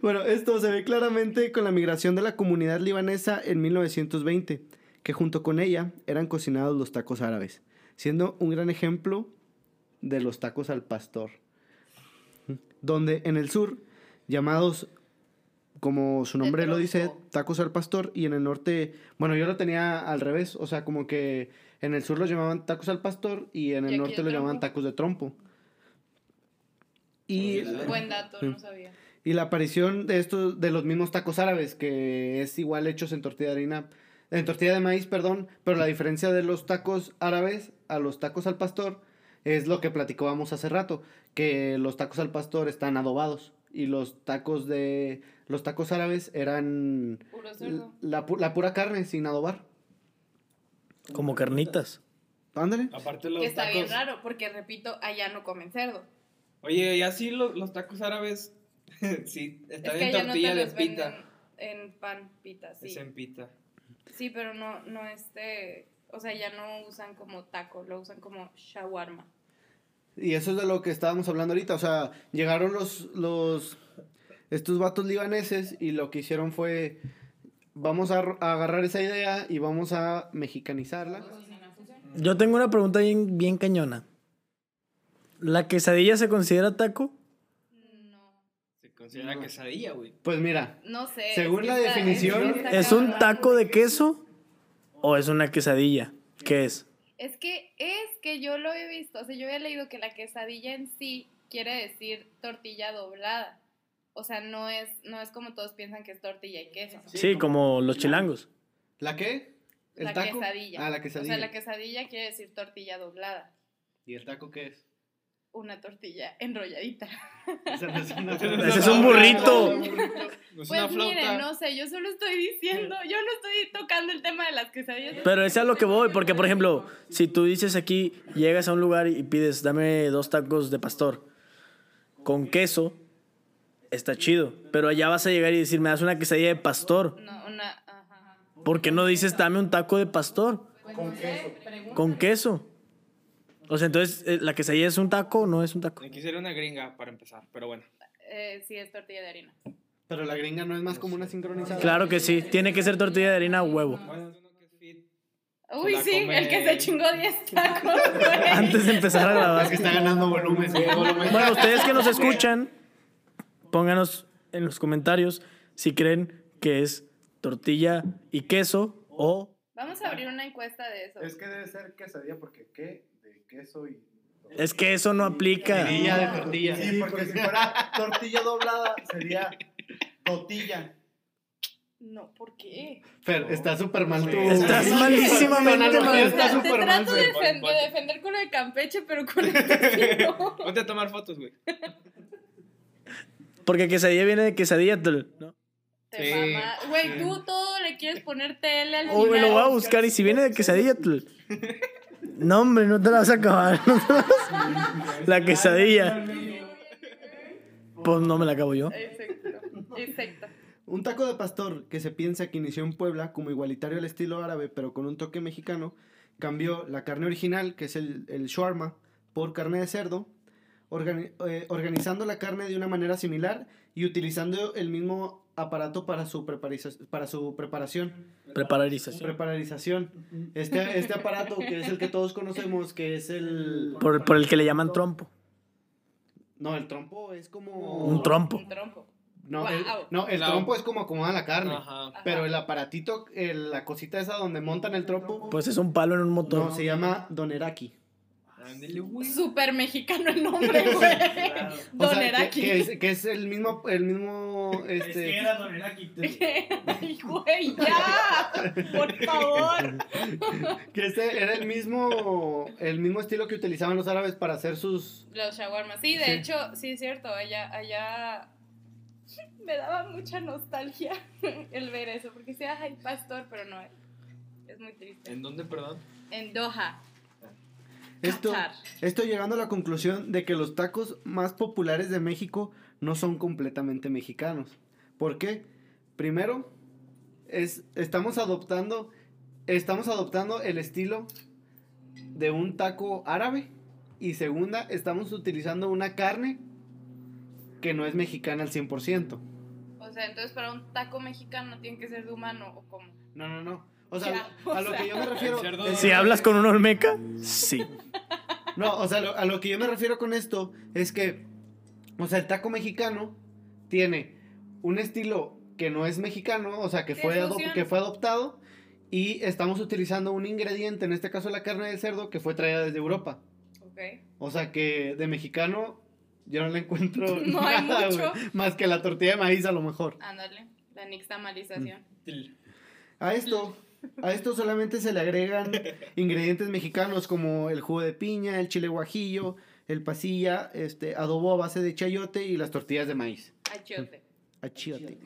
B: Bueno, esto se ve claramente con la migración de la comunidad libanesa en 1920, que junto con ella eran cocinados los tacos árabes, siendo un gran ejemplo de los tacos al pastor, donde en el sur, llamados como su nombre lo dice,
C: tronco.
B: tacos al pastor, y en el norte, bueno, yo lo tenía al revés, o sea, como que en el sur los llamaban tacos al pastor y en el
C: Y aquí
B: norte
C: de
B: los llamaban
C: trompo.
B: tacos de trompo. Y
C: Buen dato, no sabía.
B: y la aparición de estos, de los mismos tacos árabes, que es igual hechos en tortilla de harina, en tortilla de maíz, perdón, pero la diferencia de los tacos árabes a los tacos al pastor es lo que platicábamos hace rato, que los tacos al pastor están adobados y los tacos de los tacos árabes eran
C: Puro cerdo.
B: la, pu- la pura carne sin adobar.
D: Como carnitas.
B: Ándale.
E: Aparte
C: Que
E: los
C: está bien
E: tacos.
C: raro, porque repito, allá no comen cerdo.
E: Oye, y así los, los tacos árabes. sí,
C: Es
E: está
C: que
E: bien
C: allá no
E: tortilla
C: te
E: de
C: los
E: pita.
C: venden en pan pita, sí.
E: Es en pita.
C: Sí, pero no, no este, o sea, ya no usan como taco, lo usan como shawarma.
B: Y eso es de lo que estábamos hablando ahorita. O sea, llegaron los, los estos vatos libaneses y lo que hicieron fue, vamos a, a agarrar esa idea y vamos a mexicanizarla.
D: Yo tengo una pregunta bien, bien cañona. ¿La quesadilla se considera taco?
C: No,
E: Se considera quesadilla, güey.
B: Pues mira,
C: no sé.
B: Según
C: es que
B: la
C: está-
B: definición,
C: que está
D: ¿Es un
C: cabrón.
D: taco de queso o es una quesadilla? ¿Qué es?
C: Es que es que yo lo he visto, o sea, yo había leído que la quesadilla en sí quiere decir tortilla doblada. o sea, no es, no es como todos piensan que es tortilla y queso.
D: Sí, como los chilangos.
B: ¿La qué? ¿El
C: la
B: taco?
C: quesadilla.
B: Ah, la quesadilla.
C: O sea, la quesadilla quiere decir tortilla doblada.
F: ¿Y el taco qué es?
C: Una tortilla enrolladita.
F: Esa no es una
D: Ese es un burrito.
E: No es una
C: Pues
E: flauta.
C: miren, no sé, yo solo estoy diciendo, yo no estoy tocando el tema de las quesadillas.
D: Pero es a lo que voy, porque por ejemplo, si tú dices aquí, llegas a un lugar y pides, dame dos tacos de pastor con queso, está chido. Pero allá vas a llegar y decir, me das una quesadilla de pastor.
C: No, una, ajá.
D: ¿Por qué no dices, dame un taco de pastor
C: con queso. Pregunta.
D: con queso? O sea, entonces, eh, ¿la quesadilla es un taco o no es un taco?
E: Aquí sería una gringa para empezar, pero bueno.
C: Eh, sí, es tortilla de harina.
B: Pero la gringa no es más como una sincronizada.
D: Claro que sí, tiene que ser tortilla de harina a huevo.
E: Bueno, es uno que es fit.
C: Uy,
E: la
C: sí,
E: come-
C: el que se chingó 10 tacos, güey.
D: Antes de empezar a
F: Es
D: grabar.
F: que está ganando volumen, güey, volumen.
D: Bueno, ustedes que nos escuchan, pónganos en los comentarios si creen que es tortilla y queso o...
C: Vamos a abrir una encuesta de eso.
A: Es que debe ser quesadilla porque qué de queso y.
D: Es que eso no aplica.
F: Tortilla de tortilla.
A: Sí, porque si fuera tortilla doblada sería totilla.
C: No, ¿por qué?
F: Fer, está súper mal tú.
D: Estás malísimamente
F: Analogía
D: mal.
F: Está
C: Te
F: súper mal,
C: trato de,
F: güey.
C: defen- de defender con lo de Campeche, pero con esto sí no.
E: Ponte a tomar fotos, güey.
D: Porque quesadilla viene de quesadilla, tel, ¿no?
C: Te
E: Sí,
C: mama. Güey,
E: sí.
C: tú todo le quieres poner tele al
D: O me
C: final.
D: lo voy a buscar y si viene de quesadilla, tel. No, hombre, no te la vas a acabar. no te la vas- La quesadilla. Pues no me la acabo yo.
C: Exacto, exacto.
B: Un taco de pastor que se piensa que inició en Puebla como igualitario al estilo árabe pero con un toque mexicano, cambió la carne original, que es el, el shawarma, por carne de cerdo, organi- eh, organizando la carne de una manera similar y utilizando el mismo aparato para su, prepariza- para su preparación.
D: Prepararización.
B: Prepararización. Este, este aparato que es el que todos conocemos, que es el...
D: Por, por el que le llaman trompo.
B: No, el trompo es como...
D: Un trompo.
C: Un trompo.
B: No, el,
C: Guau.
B: no, el
E: Claro.
B: trompo es como acomoda la carne.
E: Ajá.
C: Ajá.
B: Pero el aparatito, el- la cosita esa donde montan el trompo,
D: Pues es un palo en un motor.
B: no, se llama doneraki.
E: Ándale, güey.
C: Súper mexicano el nombre, güey.
B: O sea,
C: Doneraki.
B: que, que es, que es el mismo, el mismo, este,
C: Ay, güey, ya. Por favor.
B: que este era el mismo, el mismo estilo que utilizaban los árabes para hacer sus...
C: Los shawarmas. Sí, de
B: Sí.
C: hecho, sí es cierto. Allá, allá me daba mucha nostalgia el ver eso. Porque decía, ay, pastor, pero no es. Es muy triste.
E: ¿En dónde, perdón?
C: En Doha.
B: Esto,
C: Qatar.
B: esto llegando a la conclusión de que los tacos más populares de México no son completamente mexicanos. ¿Por qué? Primero, es, estamos adoptando, estamos adoptando el estilo de un taco árabe. Y segunda, estamos utilizando una carne que no es mexicana al 100%.
C: O sea, entonces para un taco mexicano tiene que ser de humano o como.
B: No, no, no. O sea,
C: Ya, o
B: a lo
C: sea.
B: que yo me refiero.
E: El cerdo-
B: es-
D: Si hablas con un olmeca, sí.
B: No, o sea, lo- a lo que yo me refiero con esto es que, o sea, el taco mexicano tiene un estilo que no es mexicano, o sea, que
C: Que
B: fue,
C: es
B: adop-
C: fusión.
B: que fue adoptado y estamos utilizando un ingrediente, en este caso la carne de cerdo, que fue traída desde Europa.
C: Ok.
B: O sea, que de mexicano yo no le encuentro
C: No hay
B: nada,
C: mucho.
B: güey, más que la tortilla de maíz a lo mejor.
C: Ándale. La nixtamalización.
B: A esto, a esto solamente se le agregan ingredientes mexicanos como el jugo de piña, el chile guajillo, el pasilla, este adobo a base de chayote y las tortillas de maíz. Ah,
C: Achiote.
B: Achiote.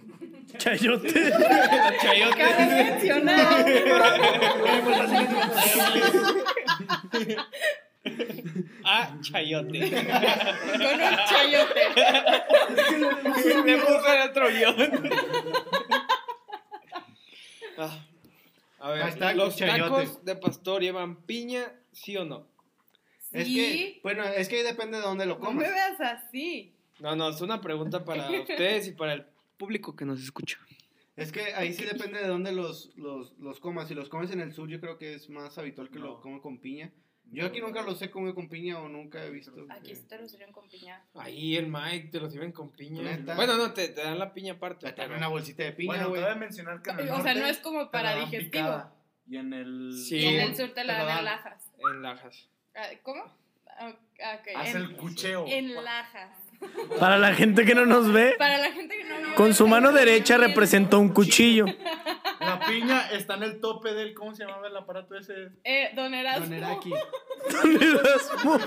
D: Chayote.
C: Cabe mencionar.
B: pues,
E: Ah, chayote.
C: Con un chayote.
E: Me puso el otro guión. Ah, a ver,
B: Hashtag
E: los
B: chayote.
E: tacos de pastor llevan piña, ¿sí o no?
C: Sí.
B: Es que, bueno, es que ahí depende de dónde lo
C: No me
B: comas.
C: veas así.
E: No, no, es una pregunta para ustedes y para el público que nos escucha.
B: Es que ahí sí depende de dónde los, los, los comas. Si los comes en el sur, yo creo que es más habitual que lo
E: No.
B: coman con piña. Yo aquí nunca los he comido con piña o nunca he visto.
C: Aquí se te lo sirven con piña.
E: Ahí el Mike te lo sirven con piña.
B: Neta.
E: Bueno, no, te, te dan la piña aparte.
B: Te dan
E: pero-
B: una bolsita de piña,
A: Bueno, te
B: güey.
A: voy a mencionar que en el
C: O sea, no
A: norte
C: es como
A: te la
C: para
A: dan
C: digestivo.
A: picada, Y en el.
E: Sí.
C: Y en el sur te
B: Te
C: la
B: la
C: dan en
B: dan.
C: lajas.
E: En Lajas.
C: Ah, ¿Cómo? Ah, ok,
A: Hace
C: en-
A: el cucheo.
C: En lajas.
D: Para la gente que no nos ve,
C: Para la gente que no no
D: con
C: ve,
D: su mano
C: pero
D: derecha
C: también-
D: representó un cuchillo.
A: La piña está en el tope del. ¿Cómo se llamaba el aparato ese?
C: Eh, don Erasmo.
B: Don Eraki.
D: Erasmo.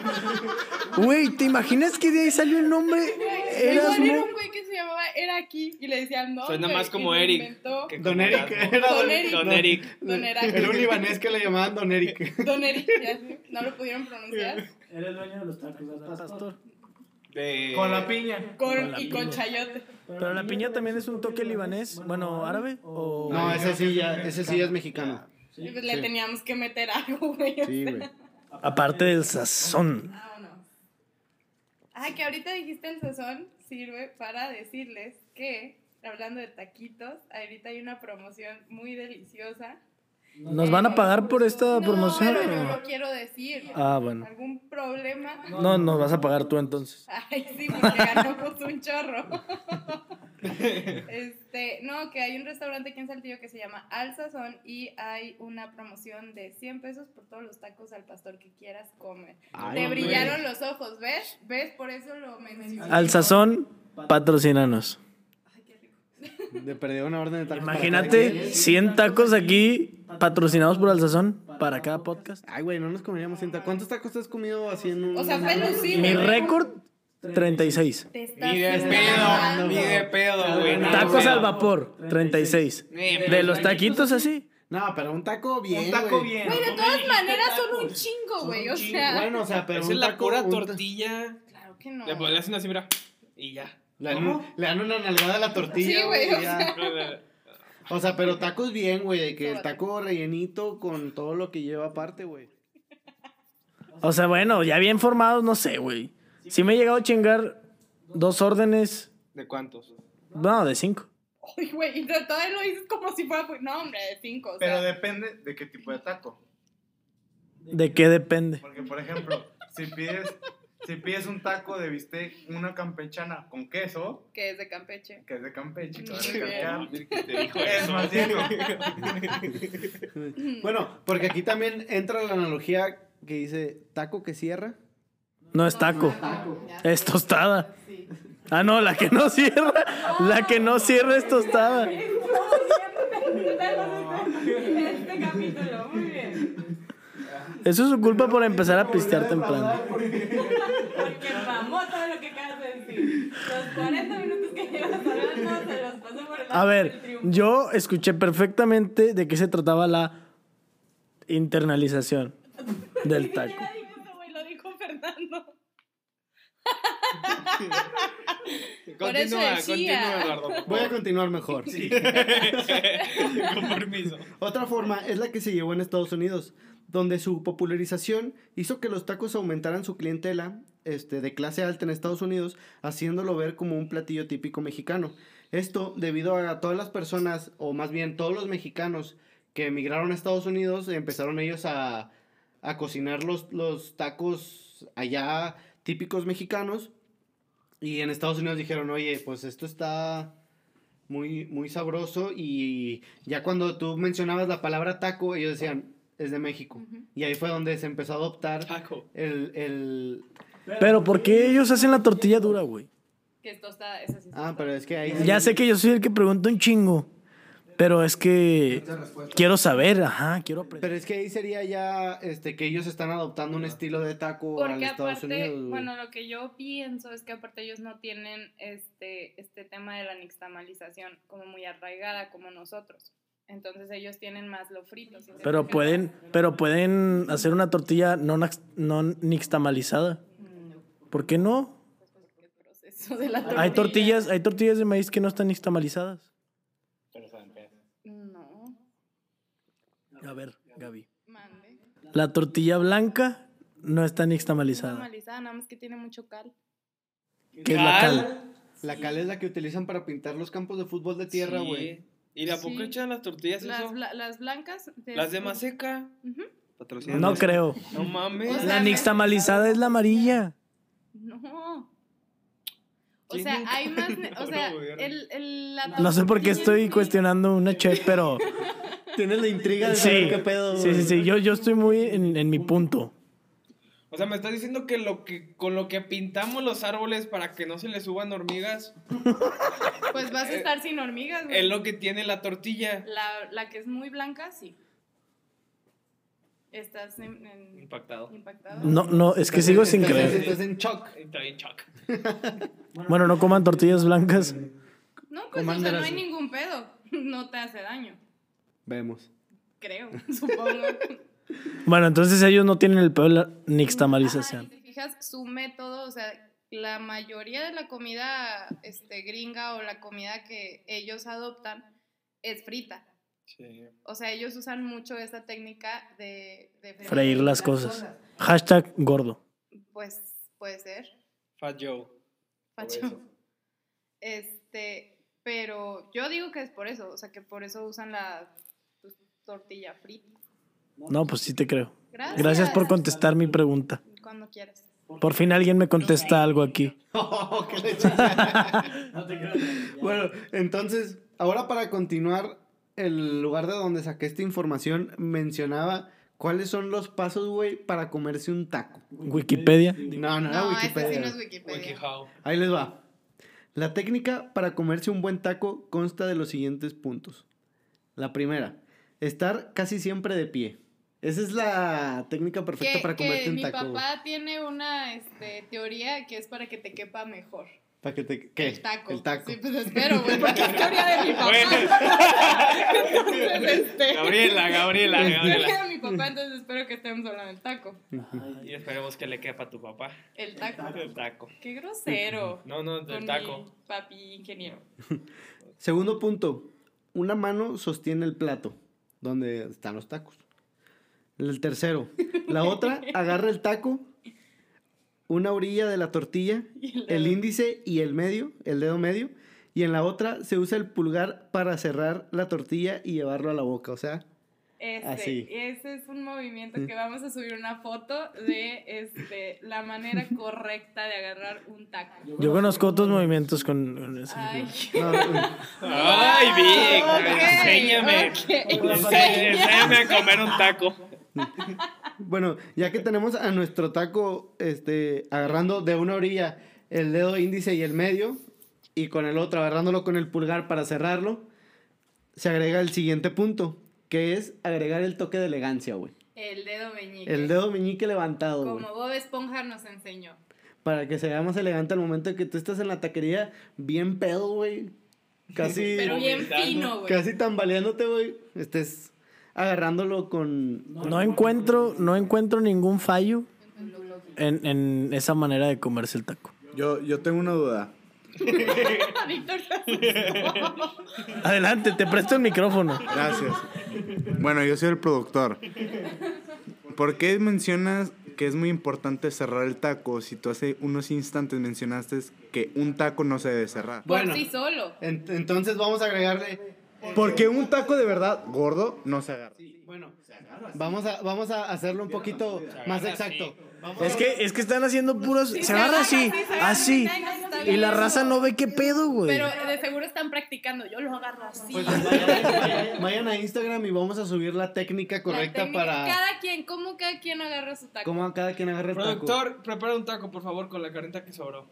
D: Güey, ¿te imaginas que de ahí salió el nombre
C: Igual era
D: Erasmo?
C: un güey que se llamaba Eraki y le decían no.
E: Suena
C: güey,
E: más
C: y
E: como
C: lo
E: Eric.
C: inventó
E: que
F: Don
E: como
F: Eric.
E: Erasmo.
F: Era
C: Don Eric.
E: Don Eric.
C: Don Eraki.
F: Era un libanés que le llamaban Don Eric.
C: Don Eric, ya sé, no lo pudieron pronunciar.
D: Eres dueño de los tacos, pastor.
E: De...
A: Con la piña.
C: Con, y con chayote.
D: Pero la piña también es un toque libanés, bueno, árabe o
B: No, ese sí, ya, ese sí ya es mexicano.
C: Y pues le teníamos que meter algo, güey.
B: Sí, güey.
D: aparte del sazón.
C: Vámonos. Ah, que ahorita dijiste el sazón sirve para decirles que, hablando de taquitos, ahorita hay una promoción muy deliciosa. Eh,
D: ¿Nos van a pagar por esta promoción?
C: No, pero yo lo quiero decir.
D: Ah, bueno.
C: ¿Algún problema?
D: No, nos vas a pagar tú entonces.
C: Ay, sí, porque ganamos un chorro. este, no, que hay un restaurante aquí en Saltillo que se llama Al Sazón y hay una promoción de 100 pesos por todos los tacos al pastor que quieras comer.
B: Ay,
C: Te
B: hombre.
C: brillaron los ojos, ¿ves? ¿Ves? Por eso lo mencioné.
D: Al sazón, patrocínanos.
C: Ay, qué rico.
B: De perder una orden de tacos. para cada
D: Imagínate
B: quien.
D: 100 tacos aquí patrocinados por Al sazón para cada podcast.
B: Ay, güey, no nos comeríamos 100 tacos. ¿Cuántos tacos te has comido así en un.?
C: O sea, fue Lucille.
D: Mi récord 36.
C: Te estás
E: Ni de pedo,
C: enamorando.
E: ni de pedo, güey. ni de
D: Tacos
E: pedo.
D: al vapor 36.
E: Ni
D: De los taquitos así.
B: No, pero un taco bien.
A: Un taco
B: güey.
A: bien.
C: Güey, de todas maneras son un chingo, güey. O sea,
B: Bueno, o sea, pero.
E: Esa
B: un
E: es la
B: taco,
E: pura
B: un ta-
E: tortilla.
C: claro que no.
E: Le le hacen así, mira. Y ya.
B: Le dan, un- le dan una nalgada a la tortilla.
C: Sí, güey,
B: güey,
C: o
B: ya. O sea, pero tacos bien, güey. de Que el taco rellenito con todo lo que lleva aparte, güey.
D: O sea, bueno, ya bien formados, no sé, güey. Si me he llegado a chingar dos órdenes,
E: ¿De cuántos?
D: no, de cinco.
C: Ay, güey, y todavía lo dices como si fuera. pues, No, hombre, de cinco. O sea,
A: Pero depende de qué tipo de taco.
D: ¿De qué depende?
A: Porque, por ejemplo, si pides, si pides un taco de bistec, una campechana con queso,
C: que es de Campeche.
A: que es de Campeche, que va a
C: Muy bien.
A: recalcar,
E: Te dijo
A: es más lleno.
B: Bueno, porque aquí también entra la analogía que dice taco que cierra.
D: No es taco,
C: Ya.
D: es tostada.
C: Sí.
D: Ah, no, la que no cierra, la que no cierra es tostada.
C: En este capítulo, muy bien.
D: Eso es su culpa por empezar a pistear temprano.
G: Porque mamó todo lo que acabas de decir. Los 40 minutos que llevas hablando se los pasó por el
D: A
G: arco del
D: ver,
G: triunfo.
D: yo escuché perfectamente de qué se trataba la internalización del taco.
C: Ya dijo ese güey, lo dijo Fernando. Por eso
E: Continúa,
C: decía.
E: continúa, Eduardo.
B: Voy a continuar mejor.
E: Con permiso.
B: Otra forma es la que se llevó en Estados Unidos, donde su popularización hizo que los tacos aumentaran su clientela este, de clase alta en Estados Unidos, haciéndolo ver como un platillo típico mexicano. Esto debido a todas las personas, o más bien todos los mexicanos que emigraron a Estados Unidos, empezaron ellos a, a cocinar los, los tacos allá típicos mexicanos. Y en Estados Unidos dijeron, oye, pues esto está muy, muy sabroso. Y ya cuando tú mencionabas la palabra taco, ellos decían, es de México. Y ahí fue donde se empezó a adoptar
E: Taco.
B: el... el...
D: Pero ¿por qué ellos hacen la tortilla dura, güey?
C: Que esto está. Eso sí.
B: Ah, pero es que ahí...
D: Ya sé que yo soy el que pregunta un chingo, pero es que quiero saber, ajá, quiero aprender.
B: Pero es que ahí sería ya este, que ellos están adoptando un estilo de taco a
C: Porque
B: Estados
C: aparte,
B: Unidos. güey.
C: bueno, lo que yo pienso es que aparte ellos no tienen este, este tema de la nixtamalización como muy arraigada como nosotros. Entonces ellos tienen más lo frito. ¿sí te
D: Pero
C: fijas?
D: pueden, pero pueden hacer una tortilla no, nax- no nixtamalizada.
C: Mm, No,
D: ¿Por qué no?
C: pues, porque el proceso de la
D: Hay tortillas, hay tortillas de maíz que no están nixtamalizadas.
C: No,
D: A ver, Gaby.
C: mande.
D: La tortilla blanca no está nixtamalizada.
C: Normalizada, nada más que tiene mucho cal.
D: ¿Qué es la cal?
B: La cal es la que utilizan para pintar los campos de fútbol de tierra,
E: Sí.
B: güey.
E: ¿Y de a
C: Sí.
E: poco echan las tortillas
C: Las,
E: eso?
C: bla- las blancas. de-
E: Las de Maseca.
C: Ujú.
E: Patrocina.
D: No creo.
E: No mames.
C: O sea,
D: La nixtamalizada es la amarilla.
C: No. O
E: ¿Quién
C: sea,
E: nunca
C: hay más. ne- O
E: lo
C: sea,
E: gobierna?
C: el, el, la
D: No sé por qué
C: tortilla
D: estoy
C: es-
D: cuestionando una chef, pero
B: Tienes la intriga de
D: Sí.
B: saber qué pedo.
D: sí, sí, sí. Yo, yo estoy muy en, en mi punto.
E: O sea, me estás diciendo que, lo que con lo que pintamos los árboles para que no se les suban hormigas
C: Pues vas a estar sin hormigas, güey.
E: es Eh, lo que tiene la tortilla.
C: La, la que es muy blanca, sí. Estás en, en-
E: Impactado.
C: impactado.
D: No, no, es que sigo sin
B: Estás-
D: creer.
B: Estás en shock.
E: Está bien, choc.
D: Bueno, no coman tortillas blancas.
C: No, pues o sea, no hay ningún pedo. No te hace daño.
B: Vemos.
C: Creo, supongo.
D: Bueno, entonces ellos no tienen el peor la
C: Ajá, y
D: nixtamalización.
C: si te fijas, su método, o sea, la mayoría de la comida este, gringa o la comida que ellos adoptan es frita. O sea, ellos usan mucho esta técnica de, de
D: Freír las cosas. Hashtag gordo.
C: Pues puede ser,
E: Fat Joe.
C: Pacho. Este, pero yo digo que es por eso, o sea, que por eso usan la pues, tortilla frita.
D: No, pues sí te creo.
C: Gracias.
D: Gracias por contestar mi pregunta.
C: Cuando quieras.
D: Por fin alguien me contesta algo aquí.
B: Oh, ¿Qué le echaste? bueno, entonces, ahora para continuar, el lugar de donde saqué esta información mencionaba cuáles son los pasos, güey, para comerse un taco.
D: Wikipedia.
B: No, no, era
C: No, ese sí
B: Ah, Wikipedia.
C: no es Wikipedia.
E: How.
B: Ahí les va. La técnica para comerse un buen taco consta de los siguientes puntos. La primera, estar casi siempre de pie. Esa es la técnica perfecta
C: que,
B: para
C: que
B: comerte un
C: mi
B: taco. güey.
C: papá tiene una este, teoría que es para que te quepa mejor.
B: Para que te- ¿qué?
C: El taco.
B: El taco.
C: Sí, pues espero, güey, porque es teoría de mi papá.
E: Bueno.
C: Entonces, este,
E: Gabriela, Gabriela,
C: teoría
E: Gabriela.
C: de mi papá, entonces espero que estemos hablando del taco.
E: Y esperemos que le quepa a tu papá.
C: El taco.
E: El taco.
C: Qué grosero.
E: No, no,
C: Con
E: del
C: mi
E: taco.
C: papi ingeniero.
B: Segundo punto, una mano sostiene el plato donde están los tacos. El tercero, la otra agarra el taco, una orilla de la tortilla,
C: Y el
B: el
C: dedo.
B: índice y el medio, el dedo medio, y en la otra se usa el pulgar para cerrar la tortilla y llevarlo a la boca, o sea,
C: Este,
B: Así.
C: Ese es un movimiento
B: Mm.
C: que vamos a subir una foto de este, la manera correcta de agarrar un taco.
D: Yo conozco otros movimientos con, con eso.
C: Ay,
B: no,
E: Ay, Vic,
C: Ah, Ok,
E: enséñame.
C: ok.
E: Ense- Enséñame a comer un taco.
B: Bueno, ya que tenemos a nuestro taco este, agarrando de una orilla el dedo índice y el medio, y con el otro agarrándolo con el pulgar para cerrarlo, se agrega el siguiente punto, que es agregar el toque de elegancia, güey.
C: El dedo meñique.
B: El dedo meñique levantado, güey.
C: Como Bob Esponja nos enseñó.
B: Para que se vea más elegante al momento de que tú estás en la taquería, bien pedo, güey. Casi,
C: Pero bien
E: vomitando.
C: fino, güey.
B: casi tambaleándote, güey. Estés agarrándolo con...
D: No encuentro, no encuentro ningún fallo en, en esa manera de comerse el taco.
A: Yo, yo tengo una duda.
C: Ah, Víctor.
D: Adelante, te presto el micrófono.
A: Gracias. Bueno, yo soy el productor. ¿Por qué mencionas que es muy importante cerrar el taco si tú hace unos instantes mencionaste que un taco no se debe cerrar?
B: Bueno.
C: Por sí solo.
B: En- entonces vamos a agregarle
A: Porque un taco de verdad gordo no se agarra.
B: Vamos a, vamos a hacerlo un poquito más exacto. Vamos
D: Es que, es que están haciendo puros. Se agarra así, así.
C: Ay, no, está
D: Y
C: bien
D: la
C: eso.
D: raza no ve qué pedo, güey.
C: Pero de seguro están practicando. Yo lo agarro así.
B: Pues, a- vayan a Instagram y vamos a subir la técnica correcta
C: La técnica,
B: para
C: Cada quien, ¿cómo cada quien agarra su taco?
B: cómo cada quien agarre el taco.
E: Productor, prepara un taco, por favor, con la carnita que sobró.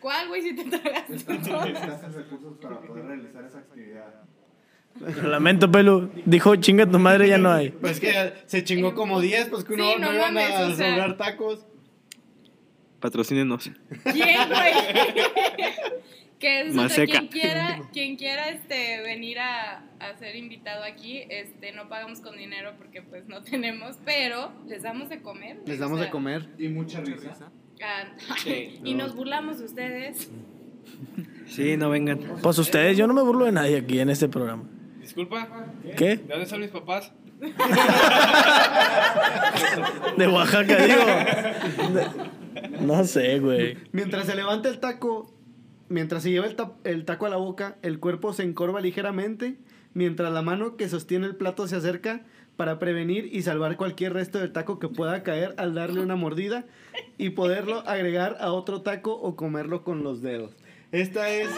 C: ¿Cuál, güey, si te tragaste todas?
A: recursos para poder realizar esa actividad.
D: Lo lamento, Pelu. Dijo, chinga tu madre, ya no hay.
B: Pues que se chingó como 10, pues que uno
C: Sí,
B: no,
C: no
B: iban a
C: mames, o sea.
B: sobrar tacos.
E: Patrocínenos.
C: ¿Quién, güey? que es, o sea,
E: Maseca.
C: quien quiera, quien quiera este, venir a, a ser invitado aquí, este, no pagamos con dinero porque pues no tenemos, pero les damos de comer. güey,
B: Les
C: o
B: damos de
C: sea,
B: comer.
A: Y mucha risa.
C: ah,
E: Sí.
C: y nos burlamos de ustedes.
E: Sí, no vengan.
D: Pues ustedes, yo no me burlo de nadie aquí en este programa.
C: Ah,
E: Disculpa.
D: ¿Qué?
E: ¿De dónde son mis papás?
D: De Oaxaca, digo. De- No sé, güey.
B: Mientras se levanta el taco, mientras se lleva el, ta- el taco a la boca, el cuerpo se encorva ligeramente, mientras la mano que sostiene el plato se acerca para prevenir y salvar cualquier resto del taco que pueda caer al darle una mordida y poderlo agregar a otro taco o comerlo con los dedos. Esta es,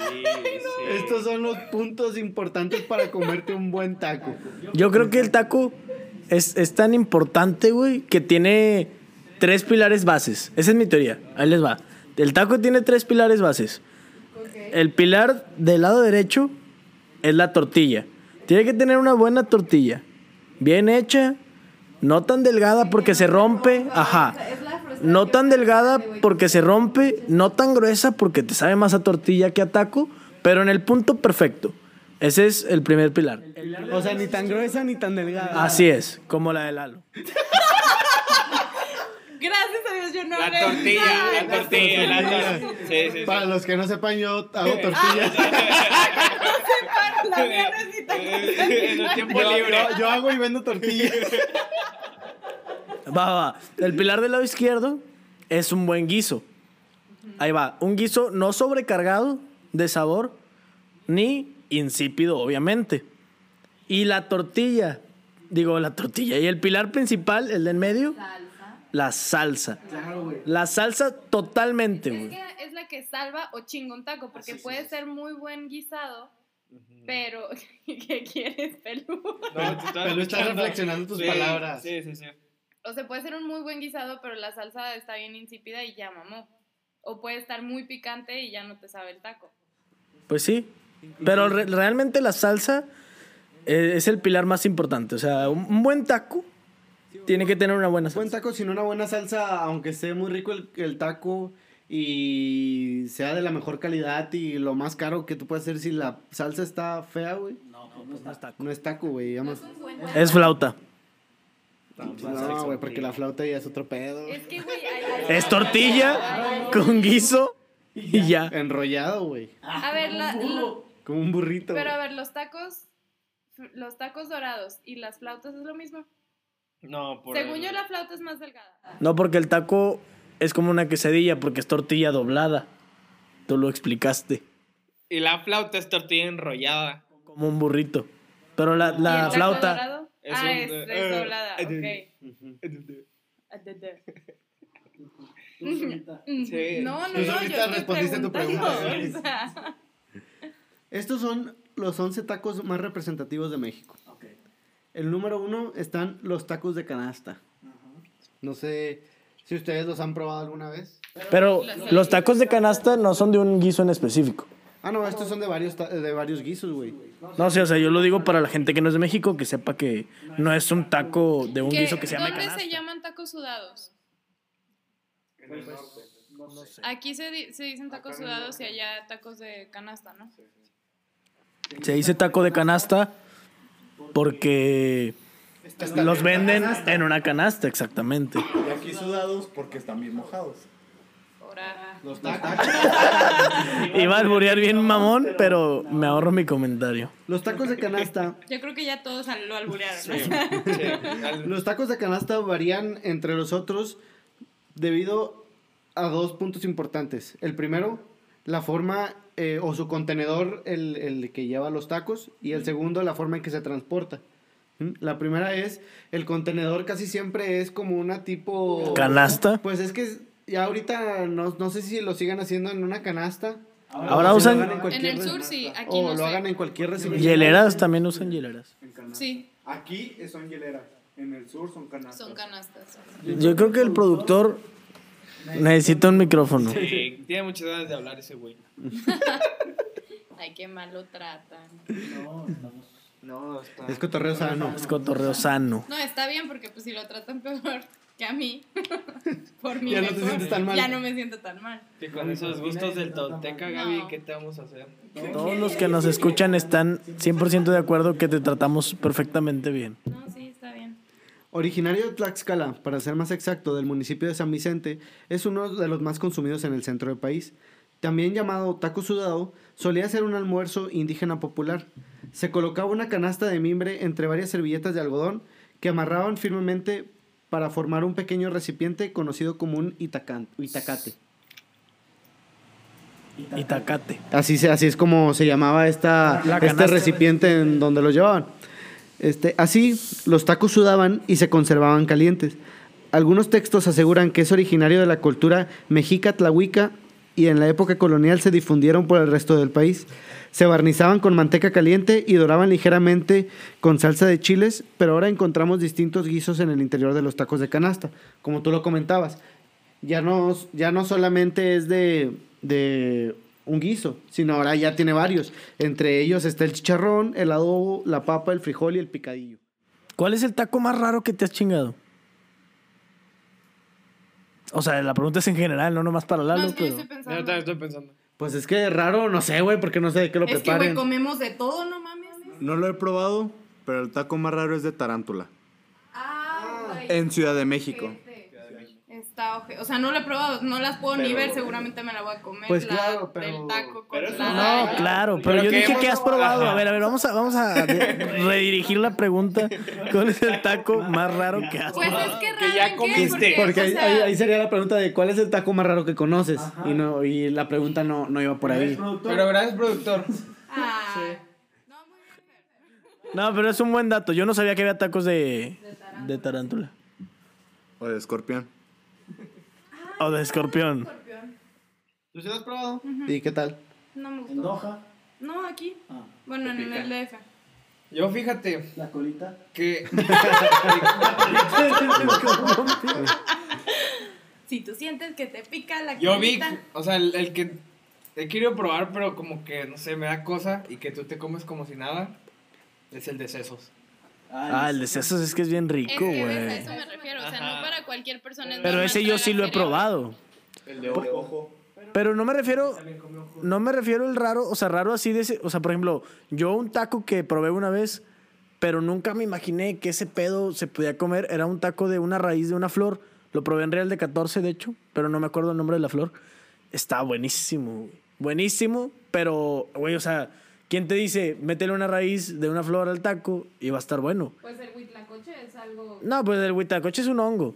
B: estos son los puntos importantes para comerte un buen taco.
D: Yo creo que el taco es, es tan importante, güey, que tiene tres pilares bases. Esa es mi teoría. Ahí les va. El taco tiene tres pilares bases. El pilar del lado derecho es la tortilla. Tiene que tener una buena tortilla. Bien hecha, no tan delgada porque se rompe. Ajá. No tan delgada porque se rompe, no tan gruesa porque te sabe más a tortilla que a taco, pero en el punto perfecto. Ese es el primer pilar.
B: O sea, ni tan gruesa ni tan delgada.
D: Así es, como la del halo.
C: Gracias a Dios yo no
E: La
C: hablé.
E: tortilla, la tortilla, la tortilla. Sí, sí, sí.
B: Para los que no sepan, yo hago tortillas.
C: La mía no es ni tan
E: En el tiempo
B: Yo,
E: libre.
B: yo- yo hago y vendo tortillas.
D: Va, va. El pilar del lado izquierdo es un buen guiso. Ahí va. Un guiso no sobrecargado de sabor ni insípido, obviamente. Y la tortilla, digo, la tortilla. Y el pilar principal, el del medio,
C: Salsa.
D: la salsa. La salsa totalmente,
C: Es
D: güey.
C: que es la que salva o chinga un taco,
E: Ah,
C: porque puede ser muy buen guisado, pero ¿qué quieres, pelú?
E: No, tú estás
B: Pero estás
E: escuchando.
B: reflexionando tus
E: Sí,
B: palabras.
E: Sí, sí, sí.
C: O sea, puede ser un muy buen guisado, pero la salsa está bien insípida y ya mamó. O puede estar muy picante y ya no te sabe el taco.
D: Pues sí. Pero re- realmente la salsa eh, es el pilar más importante. O sea, un, un buen taco tiene que tener una buena salsa.
B: Buen taco sin una buena salsa, aunque esté muy rico el, el taco y sea de la mejor calidad y lo más caro que tú puedes hacer si la salsa está fea, güey. No es taco, güey. Digamos.
D: Es flauta.
B: No, güey, porque la flauta ya es otro pedo.
C: Es que, güey, hay-
D: Es tortilla con guiso y ya.
B: Enrollado, güey.
C: A ver, la- la-
B: Como un burrito.
C: pero a
B: güey.
C: ver, los tacos, los tacos dorados y las flautas es lo mismo.
E: No, por
C: Según
E: el-
C: yo, la flauta es más delgada.
D: No, porque el taco es como una quesadilla porque es tortilla doblada. Tú lo explicaste.
E: Y la flauta es tortilla enrollada.
D: Como un burrito. Pero la,
C: ¿Y el
D: la
C: taco
D: flauta...
C: dorado?
E: Es
C: ah,
E: un-
B: eh,
C: es, es doblada, ok.
E: Sí.
C: No, no, no,
B: Pues
C: yo
B: ahorita
C: estoy
B: respondiste a tu
C: preguntando,
B: pregunta. ¿eh?
C: o sea.
B: Estos son los 11 tacos más representativos de México. El número uno están los tacos de canasta. No sé si ustedes los han probado alguna vez.
D: Pero los tacos de canasta no son de un guiso en específico.
B: Ah, no, estos son de varios, ta- de varios guisos, güey.
D: No sé, o sea, yo lo digo para la gente que no es de México, que sepa que no es un taco de un
C: ¿Qué-
D: guiso que se llama
C: ¿Dónde
D: canasta.
C: se llaman tacos sudados?
B: Pues,
C: Aquí se, di- se dicen tacos sudados y allá tacos de canasta, ¿no?
D: Se dice taco de canasta porque los venden en una canasta, exactamente.
A: Y aquí sudados porque están bien mojados.
C: Ahora,
D: Iba a alburear bien mamón, pero me ahorro mi comentario.
B: Los tacos de canasta
C: yo creo que ya todos lo alburearon. ¿no?
E: Sí, al-
B: Los tacos de canasta varían entre los otros debido a dos puntos importantes. El primero, la forma eh, o su contenedor, el, el que lleva los tacos, y el segundo, la forma en que se transporta. ¿Mm? La primera es, el contenedor casi siempre es como una tipo...
D: Canasta.
B: Pues es que es- ya ahorita no, no sé si lo sigan haciendo en una canasta.
D: Ahora
B: o si lo
D: usan-
B: hagan en
C: En
B: cualquier
C: el sur
B: res-
C: sí, aquí
B: O
C: no
B: lo hagan
C: sé.
B: en cualquier residencia.
D: Hieleras, también usan hieleras.
C: Sí,
A: Aquí son hieleras, en el sur son canastas.
C: son canastas.
D: Yo creo que el productor necesita un micrófono.
E: sí, tiene muchas ganas de hablar ese güey.
C: Ay, qué mal lo tratan.
E: No, está.
B: Es cotorreo sano.
D: Es cotorreo sano.
C: No, está bien porque pues si lo tratan peor que a mí, por mí
B: Ya no te
C: mejor,
B: sientes tan mal.
C: ya no me siento tan mal.
E: Que con esos gustos del Tolteca, Gaby,
C: No.
E: ¿qué te vamos a hacer?
D: Todos los que nos escuchan están 100% de acuerdo que te tratamos perfectamente bien.
C: No, sí, está bien.
B: Originario de Tlaxcala, para ser más exacto, del municipio de San Vicente, es uno de los más consumidos en el centro del país. También llamado taco sudado, solía ser un almuerzo indígena popular. Se colocaba una canasta de mimbre entre varias servilletas de algodón que amarraban firmemente para formar un pequeño recipiente conocido como un itacan- itacate.
D: Y tacate.
B: Así, se- así es como se llamaba esta,
D: La
B: este
D: canasta.
B: recipiente en donde los llevaban. Este, así, los tacos sudaban y se conservaban calientes. Algunos textos aseguran que es originario de la cultura mexica tlahuica y en la época colonial se difundieron por el resto del país. Se barnizaban con manteca caliente y doraban ligeramente con salsa de chiles, pero ahora encontramos distintos guisos en el interior de los tacos de canasta, como tú lo comentabas. Ya no, ya no solamente es de, de un guiso, sino ahora ya tiene varios. Entre ellos está el chicharrón, el adobo, la papa, el frijol y el picadillo.
D: ¿Cuál es el taco más raro que te has chingado? O sea, la pregunta es en general, no nomás para
C: No,
D: Lalo,
C: es que yo
D: pero...
C: estoy
E: Yo
C: pensando.
E: también estoy pensando.
B: Pues es que raro, no sé, güey, porque no sé de qué lo
C: Es que,
B: preparen.
C: güey, comemos de todo, no mames.
A: No lo he probado, pero el taco más raro es de tarántula.
C: Ah, güey.
A: En Ciudad de México.
C: Ojete. Está oje. O sea, no la he probado, no las puedo ni ver, seguramente me la voy a comer.
B: Pues
C: la
B: claro, pero-
C: Del taco con
E: pero eso
C: la-
D: No, claro, pero,
E: Pero
D: yo
E: que
D: dije
E: hemos-
D: que has probado.
E: Ajá.
D: A ver, a ver, vamos a, vamos a de- redirigir la pregunta. ¿Cuál es el taco más raro que has
C: Pues
D: probado?
C: es que raro.
E: ya
C: ¿en qué?
E: comiste.
B: Este, Porque
C: o
B: ahí,
C: sea,
B: ahí- ahí sería la pregunta de cuál es el taco más raro que conoces. Y no, y la pregunta no, no iba por ahí.
E: Pero gracias, productor.
C: ah, no, muy bien.
D: No, pero es un buen dato. Yo no sabía que había tacos de, de tarántula.
A: O de escorpión.
D: O de escorpión.
F: ¿Tú sí lo has probado?
B: ¿Y qué tal?
C: No me gustó. No, aquí. bueno, en el DF.
E: Yo fíjate
B: La colita.
E: que
C: Si tú sientes que te pica la
E: yo vi,
C: colita,
E: o sea, el, el que he querido probar, pero como que, no sé, me da cosa y que tú te comes como si nada, es el de sesos.
D: Ah, el de sesos es que es bien
C: Es
D: rico,
C: que ves, a
D: güey.
C: eso me refiero. O sea, no para cualquier persona. es
D: Pero
C: normal
D: ese yo sí lo he
C: tragar
D: probado.
E: El de ojo.
D: Pero no me refiero. No me refiero al raro, o sea, raro así de ese. O sea, por ejemplo, yo un taco que probé una vez, pero nunca me imaginé que ese pedo se podía comer. Era un taco de una raíz de una flor. Lo probé en Real de 14, de hecho, pero no me acuerdo el nombre de la flor. Está buenísimo, güey. buenísimo, pero, güey, o sea, ¿quién te dice métele una raíz de una flor al taco y va a estar bueno?
C: cereal. Pues el huitlacoche es algo.
D: No, pues el huitacoche es un hongo.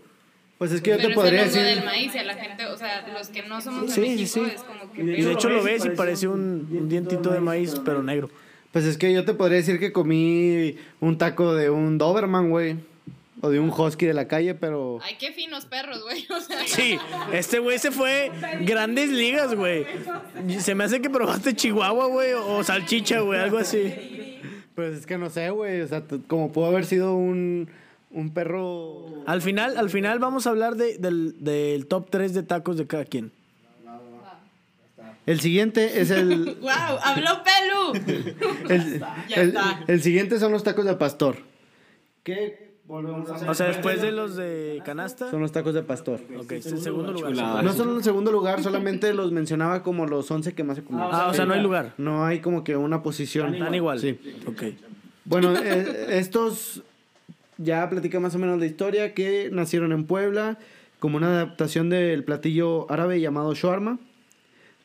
B: Pues es que yo
C: Pero
B: te
C: es
B: podría
C: el hongo
B: decir.
C: del maíz y a la gente, o sea, los que no somos de
D: Sí, sí,
C: México
D: sí.
C: es como que.
D: Y de hecho lo ves y parece un, un dientito de maíz, pero negro.
B: Pues es que yo te podría decir que comí un taco de un Doberman, güey. O de un husky de la calle, pero.
C: Ay, qué finos perros, güey. O sea,
D: Sí, este güey se fue grandes ligas, güey. Se me hace que probaste Chihuahua, güey, o salchicha, güey, algo así.
B: Pues es que no sé, güey. O sea, t- como pudo haber sido un, un perro.
D: Al final, al final vamos a hablar de- del, del top 3 de tacos de cada quien.
B: El siguiente es el.
C: ¡Wow! ¡Habló Pelu!
B: el,
C: ya
B: el-
C: está.
B: el siguiente son los tacos de pastor. ¿Qué? Volvemos a
D: O sea, después de los de canasta.
B: Son los tacos de pastor.
D: Ok, es el segundo lugar.
B: No son en el segundo lugar, solamente los mencionaba como los 11 que más se comieron.
D: Ah, o sea, no hay lugar.
B: No hay como que una posición.
D: Están igual.
B: Sí.
D: Ok.
B: Bueno, eh, estos ya platica más o menos la historia que nacieron en Puebla como una adaptación del platillo árabe llamado shawarma.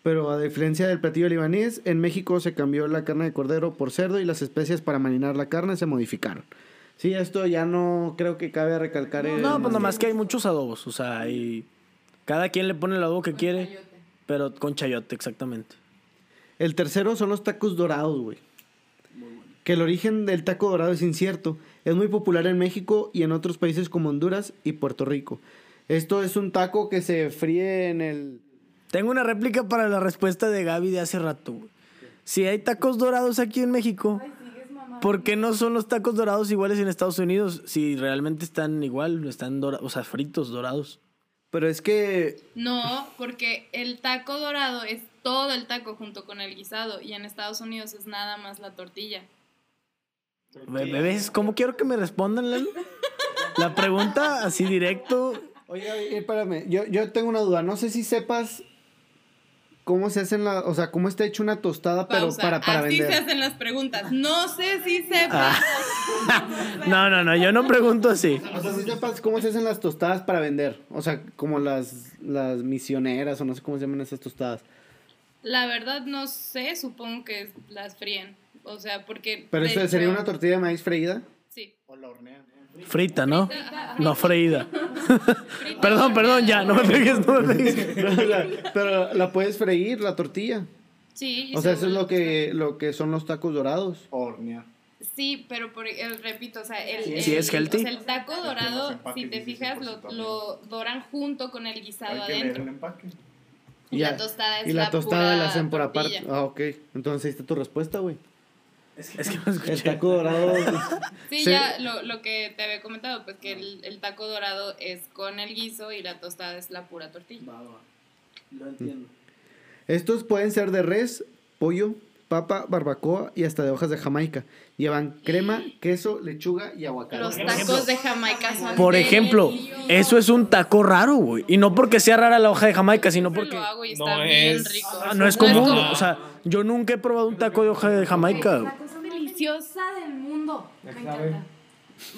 B: Pero a diferencia del platillo libanés, en México se cambió la carne de cordero por cerdo y las especias para marinar la carne se modificaron. Sí, esto ya no creo que cabe recalcar. en-
D: No, pues nomás que hay muchos adobos, o sea, hay... Cada quien le pone el adobo que quiere, pero con chayote, exactamente.
B: El tercero son los tacos dorados, güey. Que el origen del taco dorado es incierto. Es muy popular en México y en otros países como Honduras y Puerto Rico. Esto es un taco que se fríe en el...
D: Tengo una réplica para la respuesta de Gaby de hace rato. güey. Si hay tacos dorados aquí en México, ¿por qué no son los tacos dorados iguales en Estados Unidos? Si realmente están igual, están dorados, o sea, fritos dorados.
B: Pero es que...
C: No, porque el taco dorado es todo el taco junto con el guisado y en Estados Unidos es nada más la tortilla.
D: Be- ¿Bebés? ¿Cómo quiero que me respondan, Lalo? La pregunta así directo.
B: Oye, oye, Eh, espérame. Yo, yo tengo una duda. No sé si sepas cómo se hacen la... O sea, cómo está hecha una tostada, pero
C: Pausa.
B: para, para
C: Así
B: vender.
C: se hacen las preguntas. No sé
D: Ah.
C: si sepas.
D: No, no, no, yo no pregunto así.
B: O sea, si sepas cómo se hacen las tostadas para vender. O sea, como las, las misioneras o no sé cómo se llaman esas tostadas.
C: La verdad no sé, supongo que las fríen. O sea, porque...
B: Pero
C: de
B: esto
C: hecho-
B: sería una tortilla de maíz freída.
C: Sí.
D: Frita, ¿no? No freída.
C: Frita,
D: Perdón, perdón,
C: horneada.
D: ya, no me pegues, no me pegues.
B: Pero la, pero la puedes freír, la tortilla.
C: Sí. y
B: O sea, eso es
C: según-
B: lo que, lo que son los tacos dorados.
C: Sí, pero por, eh, repito, o sea, el,
D: Sí,
C: el-
D: es healthy.
C: o sea, el taco dorado, si te fijas, lo, lo doran junto con el guisado adentro. Y la tostada es
B: Y la,
C: la
B: tostada
C: pura
B: la hacen por aparte.
C: tortilla.
B: Ah, ok. Entonces ahí está tu respuesta, güey.
D: Es que no
B: El
D: escuché.
B: taco dorado.
C: Sí,
B: Sí.
C: ya lo, lo que te había comentado, pues que el, el taco dorado es con el guiso y la tostada es la pura tortilla.
D: Va, va. Lo entiendo.
B: Estos pueden ser de res, pollo, papa, barbacoa y hasta de hojas de Jamaica. Llevan crema, queso, lechuga y aguacate.
C: Los tacos de Jamaica son
D: Por ejemplo,
C: deliciosos.
D: eso es un taco raro, güey. Y no porque sea rara la hoja de Jamaica, sino
C: Siempre
D: porque
C: lo hago y
E: no
C: está bien
E: es-
C: rico.
D: Ah, no es
C: No es
D: común.
C: común.
D: O sea, yo nunca he probado un taco de hoja de Jamaica. güey.
G: La cosa deliciosa del mundo. Me encanta.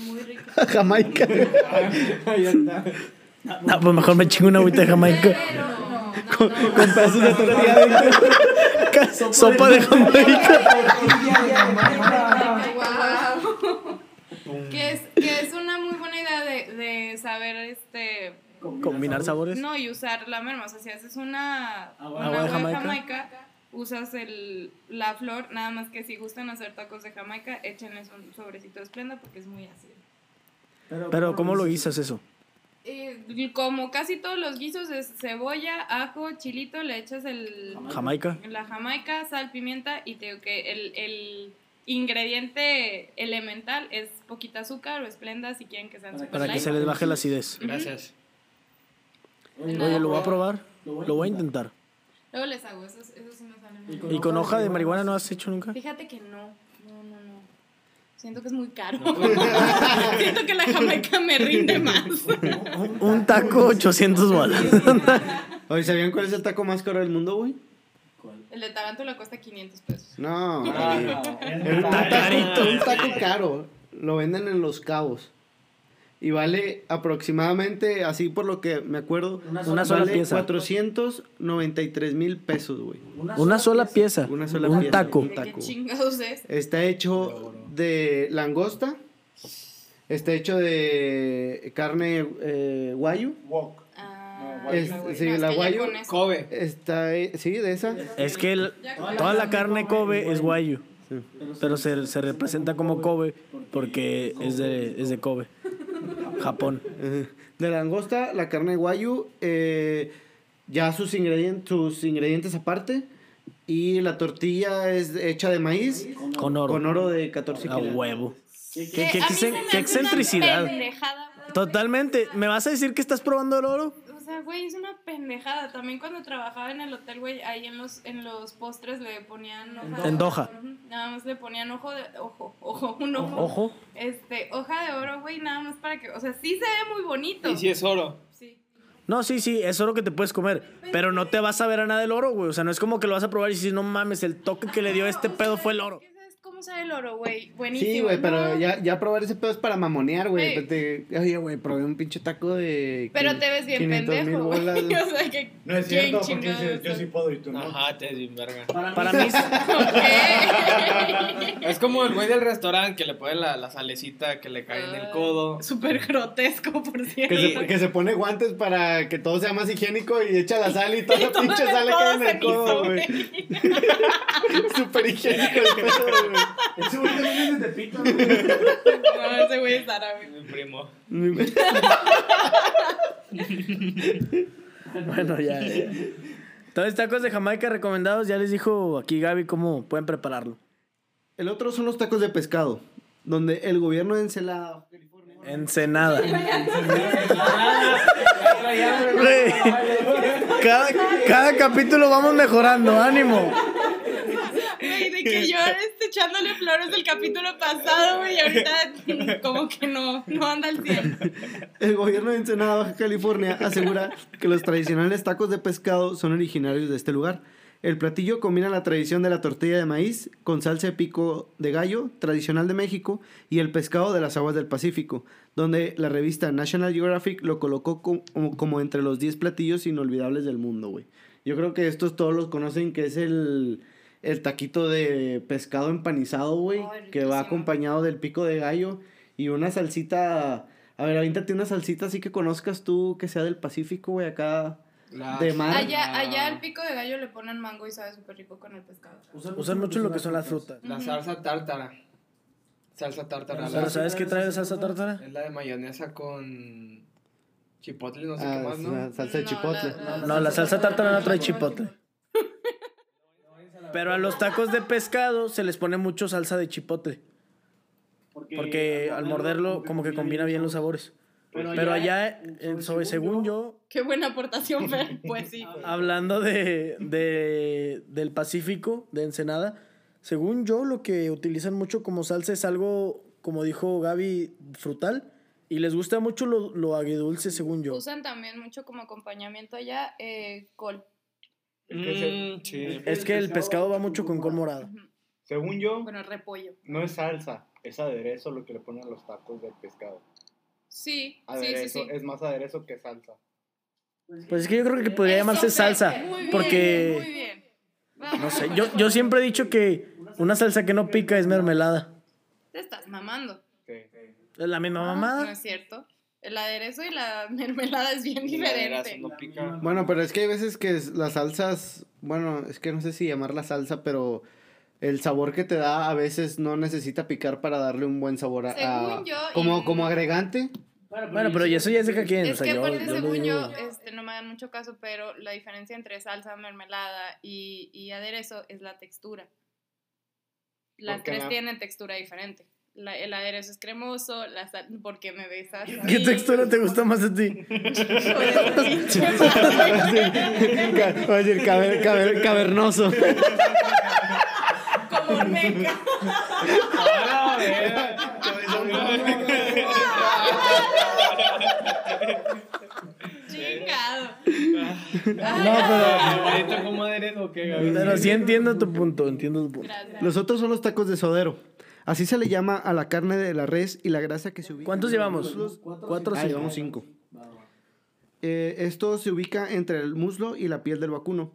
G: Muy rico.
B: Jamaica.
D: Ah, pues mejor me chingo una agüita de Jamaica.
G: Pero no.
B: Con pedazos de tortilla adentro.
D: Sopa de Jamaica.
C: Que es, que es una muy buena idea de, de saber este
D: Combinar sabores.
C: no y usar la merma. O sea, si haces una,
D: Pues Agua-
C: una
D: agua de
C: agua de
D: Jamaica.
C: Jamaica, usas el, la flor, nada más que si gustan hacer tacos de Jamaica, échenles un sobrecito de esplenda porque es muy ácido.
D: Pero, ¿cómo lo guisas eso?
C: Eh, como casi todos los guisos es cebolla, ajo, chilito, le echas el
D: Jamaica.
C: la jamaica, sal, pimienta y te digo que el, el ingrediente elemental es poquita azúcar o esplenda si quieren que sean super
D: Para que
C: light.
D: se les baje la acidez.
E: Gracias.
D: Oye, lo voy a probar. Lo voy a intentar.
C: Luego les hago, eso, eso sí me sale muy bien.
D: ¿Y con hoja de marihuana no has hecho nunca?
C: Fíjate que no, no, no, no. Siento que es muy caro.
D: pues,
C: Siento que la jamaica me rinde más.
D: Un taco, 800 balas.
B: Oye, ¿sabían cuál es el taco más caro del mundo, güey?
C: El de tarántula cuesta 500 pesos.
B: No.
D: Un tacarito.
B: Un taco caro. Lo venden en Los Cabos. Y vale aproximadamente, así por lo que me acuerdo,
D: Una sola- Una sola
B: vale
D: pieza.
B: 493 mil pesos, güey.
D: Una sola pieza.
B: Una sola
D: Un
B: pieza.
D: taco.
B: Un
C: ¿De qué
B: taco.
C: chingados es?
B: Está hecho de langosta. Está hecho de carne eh, guayu.
C: Ah,
B: Es-
C: no,
B: sí,
C: no, es
B: la
C: que ya
B: guayo-
C: con eso-
E: Kobe.
B: Está, he- sí, de esa.
D: Es que el- toda la carne Kobe es guayu. Pero se, se representa como Kobe porque es de, es de Kobe. Japón.
B: Ajá. De langosta, la carne guayu, eh, ya sus, ingredien- sus ingredientes aparte. Y la tortilla es hecha de maíz
D: Con oro.
B: con oro de 14
D: A
B: kilos.
D: huevo. Qué,
C: Que
D: qué-
C: a
D: qué
C: mí se
D: excen-
C: me hace
D: qué
C: una
D: excentricidad.
C: pendejada.
D: Totalmente. ¿Me vas a decir que estás probando el oro?
C: O sea, güey, es una pendejada. También cuando trabajaba en el hotel, güey, ahí en los, en los postres le ponían hoja.
D: En Doha.
C: Ujú. Nada más le ponían ojo de. Ojo, ojo, un ojo.
D: Ojo.
C: Este, hoja de oro, güey, nada más para que. O sea, sí se ve muy bonito.
E: Y si es oro.
C: Sí.
D: No, sí, sí, es oro que te puedes comer. Pero no te vas a ver a nada del oro, güey. O sea, no es como que lo vas a probar y dices, no mames, el toque que le dio
C: No,
D: este
C: o
D: pedo
C: sea,
D: fue el oro.
C: ¿qué sabes ¿Cómo sabe el oro, güey? Buenísimo.
B: Sí, güey, pero
C: No,
B: ya, ya probar ese pedo es para mamonear, güey.
C: Sí.
B: Te- Oye, güey, probé un pinche taco de.
C: Pero
B: quin-
C: te ves bien
B: 500 mil
C: pendejo. güey.
B: bolas.
C: o sea, que.
A: No es
C: ¿quién
A: cierto, porque
C: chingados
A: dices, yo sí puedo y tú no.
E: Ajá, te di verga.
D: Para mí,
C: Ok.
E: Es como el güey del restaurante que le pone la, la salecita que le cae en
C: Ah.
E: el codo.
C: Súper grotesco, por cierto.
B: Que se, que se pone guantes para que todo sea más higiénico y echa la sal y toda la
C: todo-
B: pinche sal le
C: todo
B: cae en el
C: cenizo,
B: codo, güey. Súper higiénico el pedo, güey.
F: Ese güey también es de pito, güey.
C: No, ese güey es árabe.
E: Mi primo.
D: bueno, ya. ya. Entonces, tacos de Jamaica recomendados, ya les dijo aquí Gaby cómo pueden prepararlo.
B: El otro son los tacos de pescado, donde el gobierno de Ensenada,
D: Ensenada. Güey, cada, cada capítulo vamos mejorando, ánimo.
C: Güey, de que yo este, echándole flores del capítulo pasado, güey, y ahorita como que no, no anda al 100.
B: el gobierno de Ensenada, Baja California, asegura que los tradicionales tacos de pescado son originarios de este lugar. El platillo combina la tradición de la tortilla de maíz con salsa de pico de gallo, tradicional de México, y el pescado de las aguas del Pacífico, donde la revista National Geographic lo colocó co- como, como entre los 10 platillos inolvidables del mundo, güey. Yo creo que estos todos los conocen, que es el, el taquito de pescado empanizado, güey,
C: Ay,
B: que va
C: riquísimo.
B: acompañado del pico de gallo y una salsita... A ver, avíntate una salsita así que conozcas tú, que sea del Pacífico, güey, acá... De mar.
C: Allá,
E: Ah.
C: allá al pico de gallo le ponen mango y sabe súper rico con el pescado.
D: Usan mucho lo que son las frutas.
E: La salsa tártara. Salsa tártara.
D: Pero
E: La,
D: ¿sabes qué trae salsa tártara?
E: es la de mayonesa con Chipotle, no sé
B: Ah,
E: qué más,
B: es
E: ¿no?
B: una salsa de
C: No,
B: chipotle.
C: la- la-
D: No, la salsa tártara no trae chipotle. Pero a los tacos de pescado se les pone mucho salsa de chipotle. Porque al morderlo como que combina bien los sabores. Pero allá, en Sobe, según yo,
C: Qué buena aportación, Fer. Pues sí.
D: hablando de, de- del Pacífico, de Ensenada, según yo lo que utilizan mucho como salsa es algo, como dijo Gaby, frutal. Y les gusta mucho lo, lo agridulce, según yo.
C: Usan también mucho como acompañamiento allá eh, col.
E: Mm, sí.
D: Es que el pescado va mucho con col morada.
F: Según yo,
C: Bueno, repollo.
F: no es salsa, es aderezo lo que le ponen a los tacos del pescado.
C: Sí, sí, sí,
F: Aderezo,
C: sí.
F: es más aderezo que salsa.
D: Pues es que yo creo que podría llamarse
C: Eso,
D: salsa.
C: Fer, muy bien,
D: Porque...
C: muy bien. Vamos,
D: No sé,
C: con
D: yo,
C: eso.
D: yo siempre he dicho que una salsa que no pica es mermelada.
C: Te estás mamando.
F: Sí.
D: Es la misma
C: Ah, No
D: mamada.
C: es cierto. El aderezo y la mermelada es bien
E: La aderezo
C: diferente.
E: no pica.
B: Bueno, pero es que hay veces que es- las salsas, bueno, es que no sé si llamarla salsa, pero el sabor que te da a veces no necesita picar para darle un buen sabor a... a-
C: Según yo,
B: como,
C: y-
B: como agregante.
D: Bueno, pero y eso ya es de cada quien. o
C: Es
D: sea,
C: que
D: yo-
C: aparte,
D: yo le
C: según yo,
D: digo-
C: este, no me hagan mucho caso, pero la diferencia entre salsa, mermelada y, y aderezo es la textura. Las
F: Porque
C: tres
F: la-
C: tienen textura diferente. La- el aderezo es cremoso, la sal... porque me besas.
D: ¿Qué
C: Sí.
D: textura te gusta más a ti?
B: Ca- Voy a decir caver- caver- cavernoso.
G: Como un meca.
C: Chingado.
D: No, pero,
E: ¿Ahorita como aderezo o qué, Gaby?
D: pero sí entiendo tu punto, entiendo tu punto.
C: Gracias.
B: Los otros son los tacos de sodero. Así se le llama a la carne de la res y la grasa que se ubica.
D: ¿Cuántos llevamos?
B: Ah,
D: Cuatro,
B: llevamos
D: cinco.
B: cinco. Eh, esto se ubica entre el muslo y la piel del vacuno.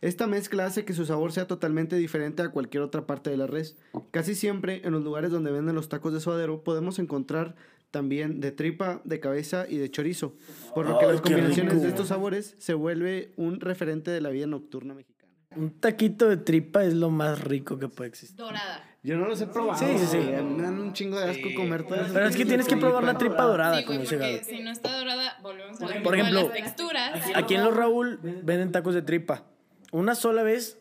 B: Esta mezcla hace que su sabor sea totalmente diferente a cualquier otra parte de la res. Casi siempre en los lugares donde venden los tacos de suadero podemos encontrar también de tripa, de cabeza y de chorizo, por lo que
D: Ay,
B: las
D: qué
B: combinaciones
D: rico.
B: de estos sabores se vuelve un referente de la vida nocturna mexicana.
D: Un taquito de tripa es lo más rico que puede existir.
C: Dorada.
B: Yo no los he probado.
D: Sí, sí, sí.
B: A mí Me dan un chingo de asco
E: Sí.
B: comer todo eso.
D: Pero es que tienes que probar la tripa dorada,
C: Sí,
D: como
C: güey,
D: dice
C: porque
D: Gaby.
C: si no está dorada, volvemos a lo
D: Por
C: mismo de
D: ejemplo,
C: las texturas.
D: Aquí en Los Raúl venden tacos de tripa. Una sola vez,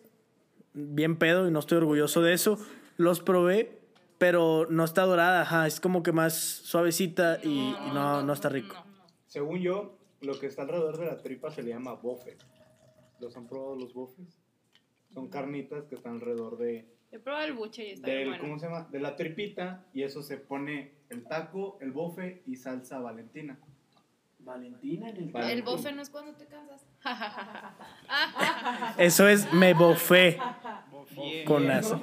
D: bien pedo y no estoy orgulloso de eso, los probé, pero no está dorada, ajá, es como que más suavecita y, y no, no está rico.
F: Según yo, lo que está alrededor de la tripa se le llama bofe. ¿Los han probado los bofes? Son carnitas que están alrededor de,
C: He probado el buche y está bien
F: del,
C: bueno.
F: ¿cómo se llama? de la tripita y eso se pone el taco, el bofe y salsa valentina.
D: Valentina en
C: El bofe no es cuando te cansas.
D: Eso es me bofé
E: Bien.
D: con asa.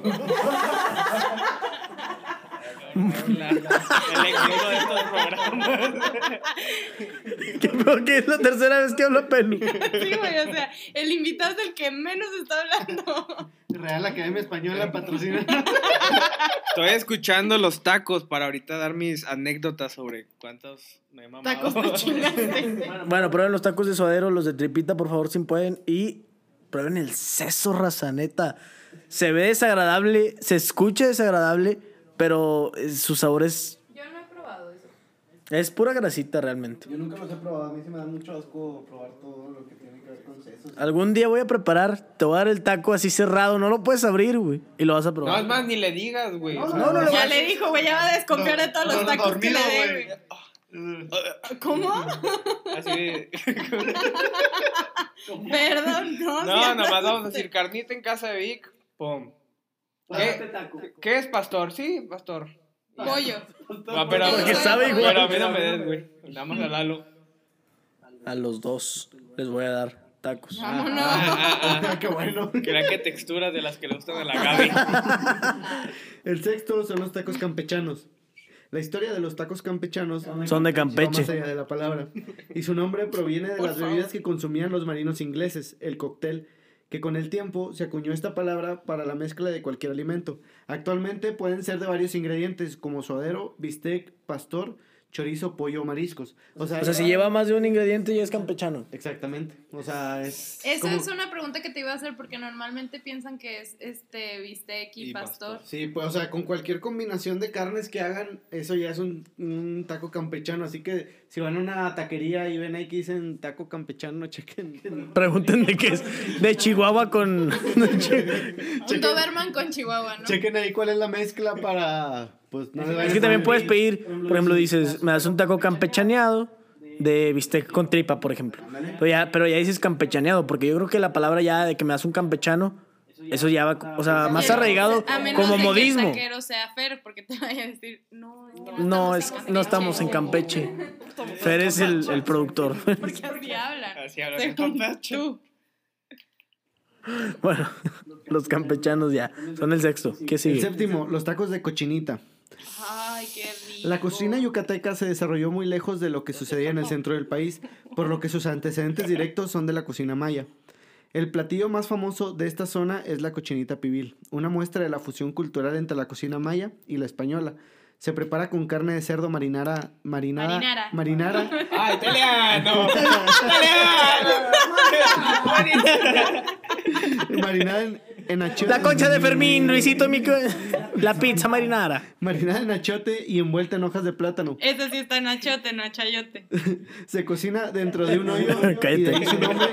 E: La- El equipo de estos programas.
D: ¿Qué pedo que es la tercera vez que habla Pelu?
C: Sí, güey, o sea, el invitado es el que menos está hablando.
B: Real Academia Española patrocina.
E: Estoy escuchando los tacos para ahorita dar mis anécdotas sobre cuántos me he mamado.
C: Tacos de chingaste.
D: Bueno, prueben los tacos de suadero, los de tripita, por favor, si pueden. Y prueben el seso razaneta. Se ve desagradable, se escucha desagradable, pero eh, su sabor es,
C: Yo no he probado eso.
D: es pura grasita realmente.
B: Yo nunca los he probado, a mí se me da mucho asco probar todo lo que tiene que ver con sesos.
D: Algún día voy a preparar, te voy a dar el taco así cerrado, no lo puedes abrir, güey, y lo vas a
E: No,
D: probar.
E: es más, ni le digas, güey. O sea,
D: no, no, no.
C: Ya le dijo, güey, ya va a desconfiar de todos los tacos que le dé, güey.
D: Ah,
F: Eh.
C: ¿Cómo?
E: Así de-
C: Perdón, no.
E: No, nomás vamos a decir carnita en casa de Vic. Pum.
B: Ah,
E: ¿Qué, qué es pastor? Sí, pastor.
C: Pollo.
E: No,
B: pues,
E: pero,
D: Porque sabe igual.
E: Pero a mí no me des, güey. Le damos a Lalo.
D: A los dos les voy a dar tacos.
E: Ah,
C: Vámonos. Ah,
B: qué bueno.
E: Que era que texturas de las que le gustan a la Gaby.
B: El sexto son los tacos campechanos. La historia de los tacos campechanos
D: Son de
B: va
D: Campeche.
B: más allá de la palabra. Y su nombre proviene de
C: Por
B: las
C: favor.
B: bebidas que consumían los marinos ingleses, el cóctel, que con el tiempo se acuñó esta palabra para la mezcla de cualquier alimento. Actualmente pueden ser de varios ingredientes como suadero, bistec, pastor, chorizo, pollo o mariscos. O sea,
D: O sea, si lleva más de un ingrediente ya es campechano.
B: Exactamente. O sea, es.
C: Eso
B: como-
C: es una pregunta que te iba a hacer porque normalmente piensan que es este bistec y,
E: Y
C: pastor.
B: Sí, pues, o sea, con cualquier combinación de carnes que hagan, eso ya es un, un taco campechano. Así que si van a una taquería y ven ahí que dicen taco campechano, chequen.
D: Pregunten de qué es. De Chihuahua con.
C: Un Doberman con Chihuahua, ¿no?
B: Chequen ahí cuál es la mezcla para. Pues no le vayan
D: Es que
B: a-
D: también puedes pedir, por ejemplo, dices, me das un taco campechaneado de bistec con tripa, por ejemplo. Pero ya, pero ya dices campechaneado, porque yo creo que la palabra ya de que me das un campechano, eso ya va, o sea, más
C: Pero,
D: arraigado
C: a menos
D: como
C: de que el
D: modismo.
C: taquero sea Fer, porque te vaya a decir, no, es que
D: No, es,
C: Campeche".
D: no estamos en Campeche. Fer es el, el productor.
C: Porque así hablan.
E: Así hablan en
C: Según
E: Campeche.
C: tú.
D: Bueno, los campechanos ya son el sexto. ¿Qué
B: El
D: sigue?
B: séptimo, los tacos de cochinita.
C: Ay, qué rico.
B: La cocina yucateca se desarrolló muy lejos de lo que sucedía en el centro del país, por lo que sus antecedentes directos son de la cocina maya. El platillo más famoso de esta zona es la cochinita pibil, una muestra de la fusión cultural entre la cocina maya y la española. Se prepara con carne de cerdo marinara, marinada,
C: Marinara.
B: marinara,
E: ¡Ah, italiano! ¡Italiano!
B: marinada en, en achiote-
D: La concha de Fermín, Luisito Mico, la pizza marinara.
B: marinada en achote y envuelta en hojas de plátano.
C: Eso sí está en achote, no achayote.
B: Se cocina dentro de un hoyo y de ahí
D: Cállate.
B: su nombre,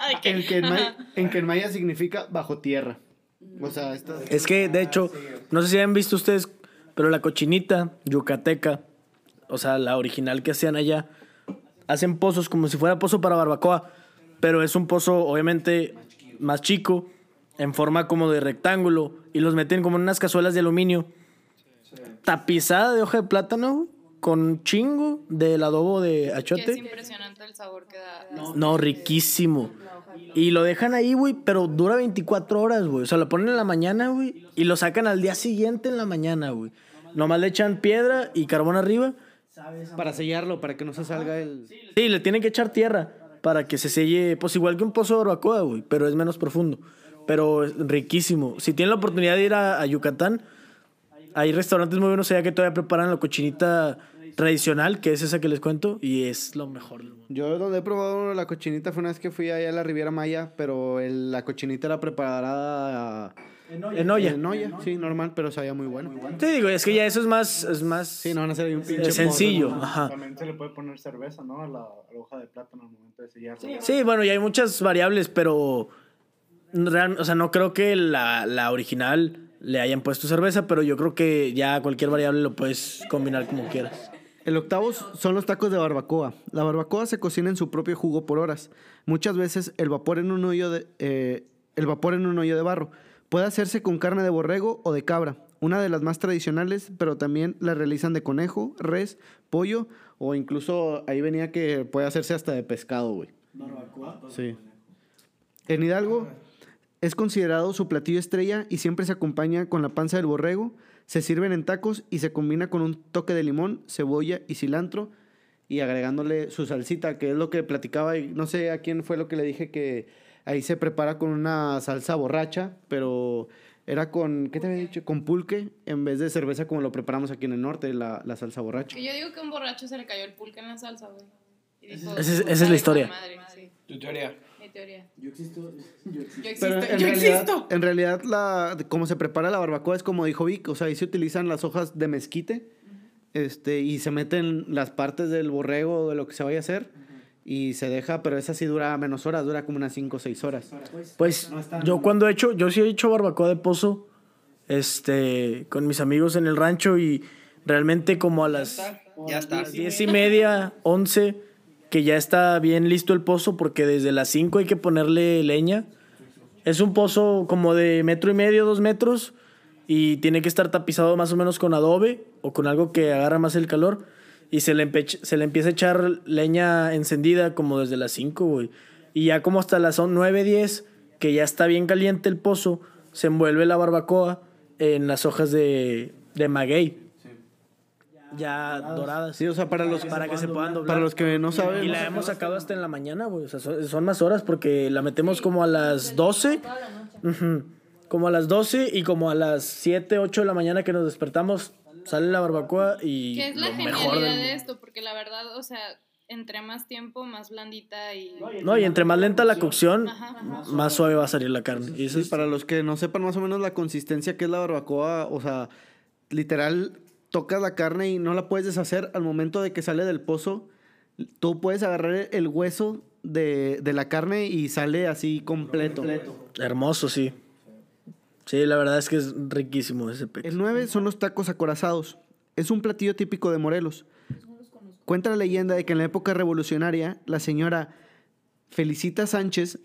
C: Ay, qué-
B: en que en may- en que en maya significa bajo tierra. O sea, esta-
D: Es que, de hecho, no sé si han visto ustedes, pero la cochinita yucateca, o sea, la original que hacían allá, hacen pozos como si fuera pozo para barbacoa, pero es un pozo obviamente más chico, en forma como de rectángulo, y los meten como en unas cazuelas de aluminio, tapizada de hoja de plátano, con chingo del adobo de
C: Que es
D: achote.
C: impresionante el sabor que da.
D: No, riquísimo. Y lo dejan ahí, güey, pero dura 24 horas, güey. O sea, lo ponen en la mañana, güey, y lo sacan al día siguiente en la mañana, güey. Nomás le echan piedra y carbón arriba.
B: Para sellarlo, para que no se salga el...
D: Sí, le tienen que echar tierra para que se selle, pues igual que un pozo de barbacoa, güey, pero es menos profundo. Pero es riquísimo. Si tienen la oportunidad de ir a, a Yucatán, hay restaurantes muy buenos allá que todavía preparan la cochinita tradicional, que es esa que les cuento, y es lo mejor del mundo.
B: Yo donde he probado la cochinita fue una vez que fui allá a la Riviera Maya, pero el- la cochinita era preparada
D: En olla.
B: en olla, sí, normal, pero sabía muy bueno.
D: Te digo, es que ya eso es más, es más
B: Sí, no van a ser ahí un pinche
D: es sencillo. Ajá.
F: También se le puede poner cerveza, ¿no? A la, a la hoja de plátano al momento de sellarla.
D: Sí, bueno, y hay muchas variables, pero real- o sea, no creo que la, la original le hayan puesto cerveza, pero yo creo que ya cualquier variable lo puedes combinar como quieras.
B: El octavo son los tacos de barbacoa. La barbacoa se cocina en su propio jugo por horas. Muchas veces el vapor en un hoyo de, eh, el vapor en un hoyo de barro. Puede hacerse con carne de borrego o de cabra, una de las más tradicionales, pero también la realizan de conejo, res, pollo o incluso ahí venía que puede hacerse hasta de pescado, güey. ¿Barbacoa? Sí. En Hidalgo es considerado su platillo estrella y siempre se acompaña con la panza del borrego. Se sirven en tacos y se combina con un toque de limón, cebolla y cilantro y agregándole su salsita, que es lo que platicaba y no sé a quién fue lo que le dije que ahí se prepara con una salsa borracha, pero era con, ¿qué te había dicho? Con pulque en vez de cerveza como lo preparamos aquí en el norte, la, la salsa borracha.
C: Que yo digo que a un borracho se le cayó el pulque en la salsa, güey. Y dijo,
D: Esa es- esa es la
C: "Sabe con
D: historia".
C: madre, sí,
E: Tu teoría.
C: mi teoría. Yo existo. Yo existo.
B: Pero en
C: yo
B: realidad,
C: existo.
B: en realidad la, como se prepara la barbacoa es como dijo Vic, o sea, ahí se utilizan las hojas de mezquite este, y se meten las partes del borrego o de lo que se vaya a hacer y se deja, pero esa sí dura menos horas, dura como unas 5 o 6 horas.
D: Pues yo cuando he hecho, yo sí he hecho barbacoa de pozo, este, con mis amigos en el rancho y realmente como a las
C: Ah,
E: Ya está.
D: las diez y media, once, que ya está bien listo el pozo porque desde las cinco hay que ponerle leña. Es un pozo como de metro y medio, dos metros y tiene que estar tapizado más o menos con adobe o con algo que agarra más el calor y se le, empech- se le empieza a echar leña encendida como desde las 5, güey. Y ya como hasta las 9, 10, que ya está bien caliente el pozo, se envuelve la barbacoa en las hojas de, de maguey. Ya doradas.
B: Sí, o sea, para los
D: para que se puedan doblar.
B: Para los que no saben,
D: Y la hemos sacado hasta en la mañana, güey. O sea, son, son más horas porque la metemos como a las 12. Ujú. Como a las 12 y como a las 7, 8 de la mañana que nos despertamos, Sale la barbacoa y
C: Que es la
D: lo mejor
C: genialidad
D: del
C: de
D: mundo.
C: esto, porque la verdad, o sea, entre más tiempo, más blandita y...
D: No, y entre más lenta la cocción,
C: este Ajá, ajá.
D: más suave va a salir la carne. Y eso
B: Sí,
D: es
B: para los que no sepan más o menos la consistencia que es la barbacoa, o sea, literal, tocas la carne y no la puedes deshacer al momento de que sale del pozo. Tú puedes agarrar el hueso de, de la carne y sale así completo.
D: hermoso, sí. Sí, la verdad es que es riquísimo ese
B: El
D: pex.
B: 9 son los tacos acorazados. Es un platillo típico de Morelos. Cuenta la leyenda de que en la época revolucionaria, la señora Felicita Sánchez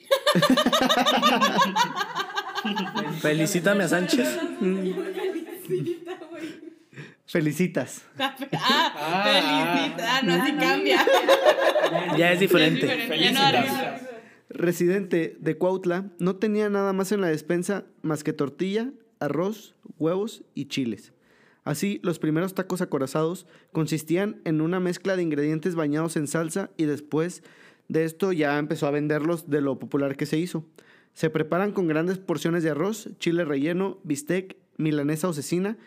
D: Felicítame a Sánchez.
B: Felicitas.
C: Ah, felicita. Ah, no, así cambia.
D: Ya es
C: Ya
D: diferente.
C: es diferente, ya no
E: Felicitas.
C: arriba.
B: residente de Cuautla, no tenía nada más en la despensa más que tortilla, arroz, huevos y chiles. Así, los primeros tacos acorazados consistían en una mezcla de ingredientes bañados en salsa y después de esto ya empezó a venderlos de lo popular que se hizo. Se preparan con grandes porciones de arroz, chile relleno, bistec, milanesa o cecina,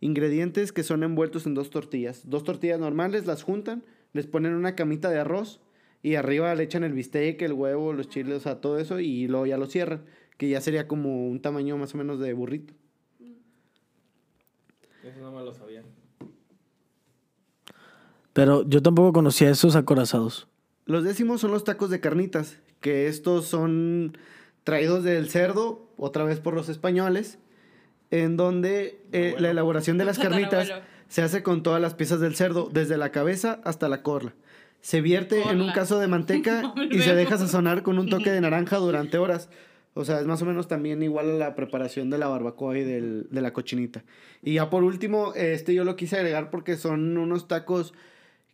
B: ingredientes que son envueltos en dos tortillas. Dos tortillas normales, las juntan, les ponen una camita de arroz y arriba le echan el bistec, el huevo, los chiles, o sea, todo eso y luego ya lo cierran, que ya sería como un tamaño más o menos de burrito.
E: Eso no me lo sabía.
D: Pero yo tampoco conocía esos acorazados.
B: Los décimos son los tacos de carnitas, que estos son traídos del cerdo, otra vez por los españoles, en donde eh, la elaboración de las carnitas
C: Tatarabuelo.
B: se hace con todas las piezas del cerdo, desde la cabeza hasta la corla. Se vierte en un
C: Corla.
B: caso de manteca y se deja sazonar con un toque de naranja durante horas. O sea, es más o menos también igual a la preparación de la barbacoa y del- de la cochinita. Y ya por último, este yo lo quise agregar porque son unos tacos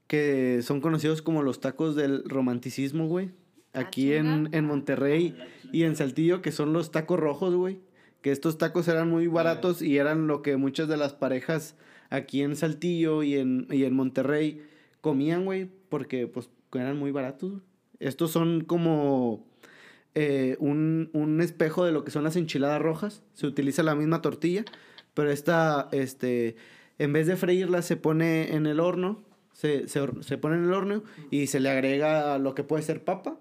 B: que son conocidos como los tacos del romanticismo, güey. Aquí
C: Ah,
B: en,
C: chinga.
B: en Monterrey y en Saltillo, que son los tacos rojos, güey. Que estos tacos eran muy baratos y eran lo que muchas de las parejas aquí en Saltillo y en, y en Monterrey comían, güey, porque pues eran muy baratos. güey. Estos son como eh, un, un espejo de lo que son las enchiladas rojas. Se utiliza la misma tortilla, pero esta, este, en vez de freírla, se pone en el horno. Se, se, hor- se pone en el horno y se le agrega lo que puede ser papa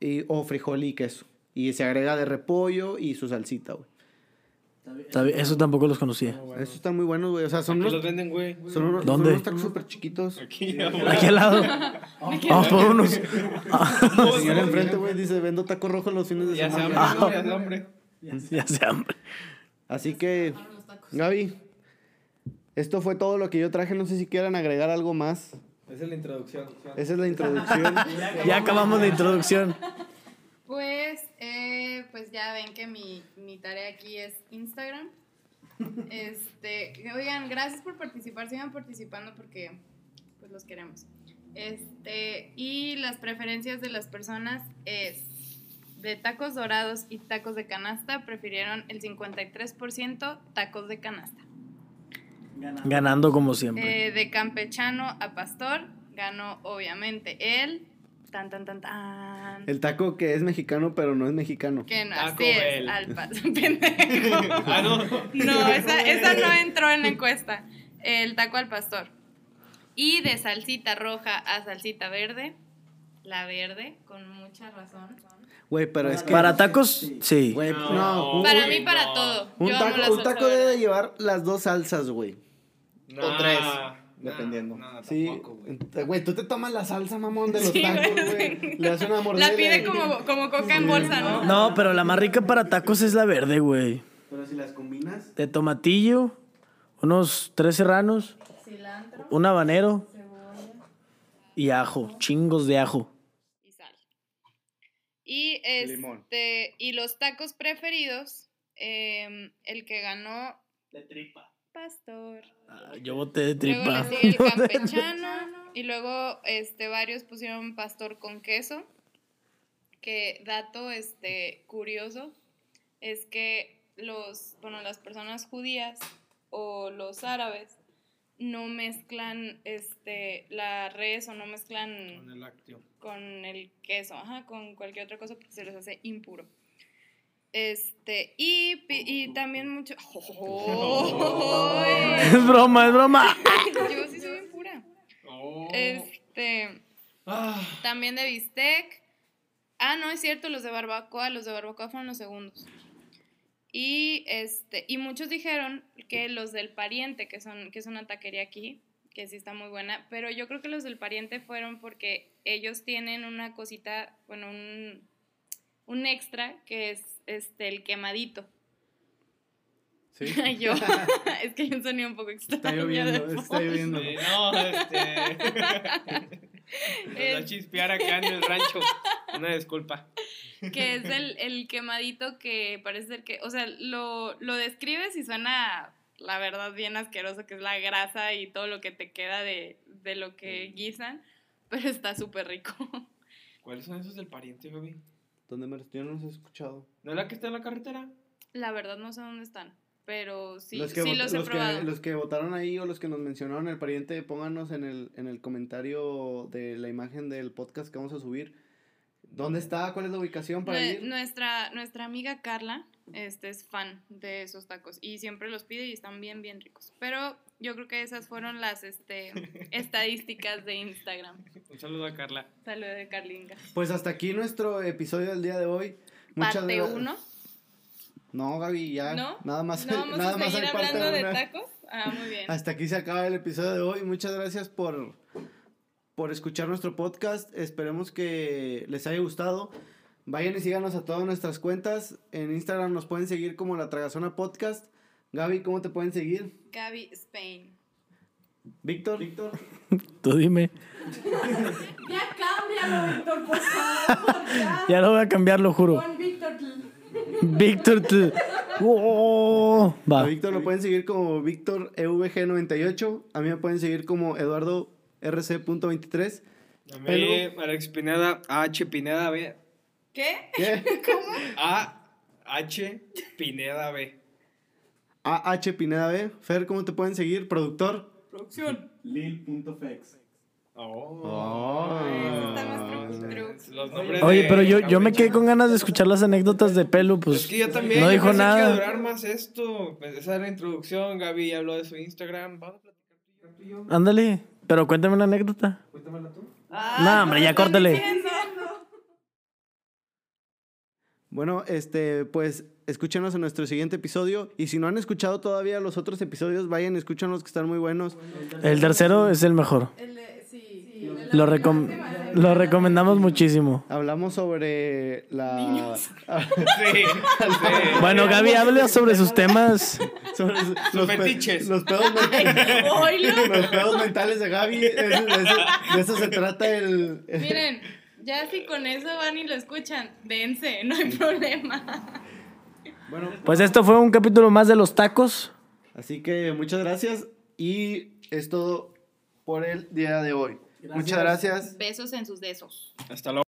B: y, o frijol y queso. Y se agrega de repollo y su salsita, güey.
D: ¿Sabe? Eso tampoco los conocía.
B: Eso está muy bueno, güey. O sea, son
E: Aquí
B: unos,
E: los venden, güey.
B: son unos- son
D: ¿Dónde?
B: unos tacos súper chiquitos.
E: Aquí, ya, güey.
D: Aquí al lado. Vamos por unos.
B: La señora enfrente, güey, dice, vendo tacos rojos los fines de
E: Ya se
B: semana.
E: hambre, ¿no? ya se hambre.
D: Ya se hambre.
B: Así que,
G: los tacos.
B: Gaby, esto fue todo lo que yo traje. No sé si quieran agregar algo más.
E: Esa es la introducción.
B: Esa es la introducción.
D: Ya acabamos la introducción.
C: Pues, eh, pues ya ven que mi, mi tarea aquí es Instagram. Este, oigan, gracias por participar, sigan participando porque pues los queremos. Este, y las preferencias de las personas es de tacos dorados y tacos de canasta, prefirieron el 53% tacos de canasta.
D: Ganando como siempre.
C: Eh, de campechano a pastor, ganó obviamente el tan tan tan tan.
B: El taco que es mexicano, pero no es mexicano.
C: Que no,
E: Taco
C: así es,
E: Bell.
C: al paso, pendejo.
E: Ah, no.
C: No, esa, esa no entró en la encuesta. El taco al pastor. Y de salsita roja a salsita verde, la verde, con mucha razón.
B: Güey, pero es que...
D: Para tacos, sí.
B: Güey,
E: No.
B: no. un-
C: Para mí, para
E: no.
C: todo.
B: Un
C: Yo amo la
B: taco, un
C: salsa
B: taco
C: verde.
B: debe llevar las dos salsas, güey.
E: Nah,
F: tres,
E: nah,
F: dependiendo.
E: nah,
B: Sí.
E: tampoco, güey.
B: Güey, tú te tomas la salsa, mamón, de los
C: Sí,
B: tacos,
C: güey.
B: güey. Le das una mordida.
C: La
B: y
C: pide
B: le-
C: como, como coca en bolsa, ¿no?
D: No, pero la más rica para tacos es la verde, güey.
B: Pero si las combinas...
D: De tomatillo, unos tres serranos,
G: Cilantro,
D: un habanero
G: cebolla.
D: y ajo. Chingos de ajo.
C: y sal. Y, este,
F: Limón.
C: y los tacos preferidos, em, el que ganó... Pastor.
D: Ah, Yo boté de
C: Luego
D: tripa.
C: le sigue el campechano y luego este, varios pusieron pastor con queso. Que dato este, curioso es que los, bueno, las personas judías o los árabes no mezclan este, la res o no mezclan
E: Con el lácteo.
C: con el queso, ajá, con cualquier otra cosa porque se les hace impuro. Este, y, pi- y también mucho.
D: Es broma, es broma.
C: Yo sí soy bien pura. Este,
B: Ah.
C: también de bistec. Ah, no, es cierto, los de barbacoa, los de barbacoa fueron los segundos. Y este, y muchos dijeron que los del pariente, que son que es una taquería aquí, que sí está muy buena, pero yo creo que los del pariente fueron porque ellos tienen una cosita, bueno, un un extra que es este el quemadito.
B: Sí.
C: yo es que hay un sonido un poco extraño.
B: Está
C: de
B: lloviendo, está
C: fondo.
B: lloviendo.
E: Sí, no, este. Nos va a
C: El-
E: chispear acá en el rancho. Una disculpa.
C: que es el, el quemadito que parece ser que, o sea, lo, lo describes y suena, la verdad, bien asqueroso, que es la grasa y todo lo que te queda de, de lo que guisan, pero está súper rico.
E: ¿Cuáles son esos del pariente, baby?
B: ¿Dónde me Yo no los he escuchado.
E: ¿No es la que está en la carretera?
C: La verdad no sé dónde están, pero sí,
B: los que,
C: sí
B: vot-
C: los he
B: los,
C: probado.
B: que, los que votaron ahí o los que nos mencionaron el pariente, pónganos en el, en el comentario de la imagen del podcast que vamos a subir. ¿Dónde está? ¿Cuál es la ubicación para
C: Nue-
B: ir?
C: nuestra, nuestra amiga Carla este, es fan de esos tacos y siempre los pide y están bien, bien ricos. Pero yo creo que esas fueron las este, estadísticas de Instagram.
E: Un saludo a Carla.
C: Saludos de Carlinga.
B: Pues hasta aquí nuestro episodio del día de hoy. Muchas
C: Parte
B: gra-
C: 1.
B: No, Gaby, ya.
C: ¿No?
B: Nada más.
C: No vamos
B: nada
C: a
B: más
C: seguir
B: hay parte
C: hablando de
B: una.
C: tacos. Ah, muy bien.
B: Hasta aquí se acaba el episodio de hoy. Muchas gracias por, por escuchar nuestro podcast. Esperemos que les haya gustado. Vayan y síganos a todas nuestras cuentas. En Instagram nos pueden seguir como La Tragazona Podcast. Gaby, ¿cómo te pueden seguir?
C: Gaby Spain.
B: Víctor. Víctor.
D: Tú dime.
G: Ya cámbialo, Víctor, por favor. Ya.
D: Ya lo voy a cambiar, lo juro.
G: Con Víctor.
D: Víctor. tú- Oh,
B: A
D: va.
B: Víctor lo pueden seguir como Víctor E EVG98. A mí me pueden seguir como Eduardo RC.23.
E: A mí,
B: Pero-
E: Alex Pineda, A. H. Pineda B.
C: ¿Qué?
B: ¿Qué?
E: A. H. Pineda B.
B: AH Pineda B. Fer, ¿cómo te pueden seguir? Productor.
F: Lil.fex.
C: Está más truco.
E: Los nombres
D: Oye,
E: de
D: pero yo, yo me
E: Campeche.
D: quedé con ganas de escuchar las anécdotas de Pelu, pues.
E: Es que yo también.
D: No
E: yo
D: dijo
E: pensé que iba a
D: nada.
E: durar más esto. Pues esa era la introducción. Gaby ya habló de su Instagram. Vamos a platicar tú y yo, tú y yo.
D: Ándale, pero cuéntame una anécdota.
E: Cuéntamela tú.
D: no, hombre, ya córtale.
B: Bueno, este, pues escúchenos en nuestro siguiente episodio. Y si no han escuchado todavía los otros episodios, vayan, escúchanos que están muy buenos.
D: El tercero es el mejor. Lo, recom- lo recomendamos muchísimo.
B: Hablamos sobre la.
E: Sí. sí.
D: Bueno, Gaby habla sobre sus temas.
B: sobre los, pe-
E: fetiches.
B: los pedos mentales.
C: Oilo.
B: los pedos mentales de Gaby. De eso, de eso- de eso se trata el.
C: Miren, ya si con eso van y lo escuchan, dense, no hay problema.
B: Bueno,
D: Pues esto fue un capítulo más de los tacos.
B: así que muchas gracias. Y es todo por el día de hoy. Muchas gracias.
C: Besos en sus besos.
E: Hasta luego.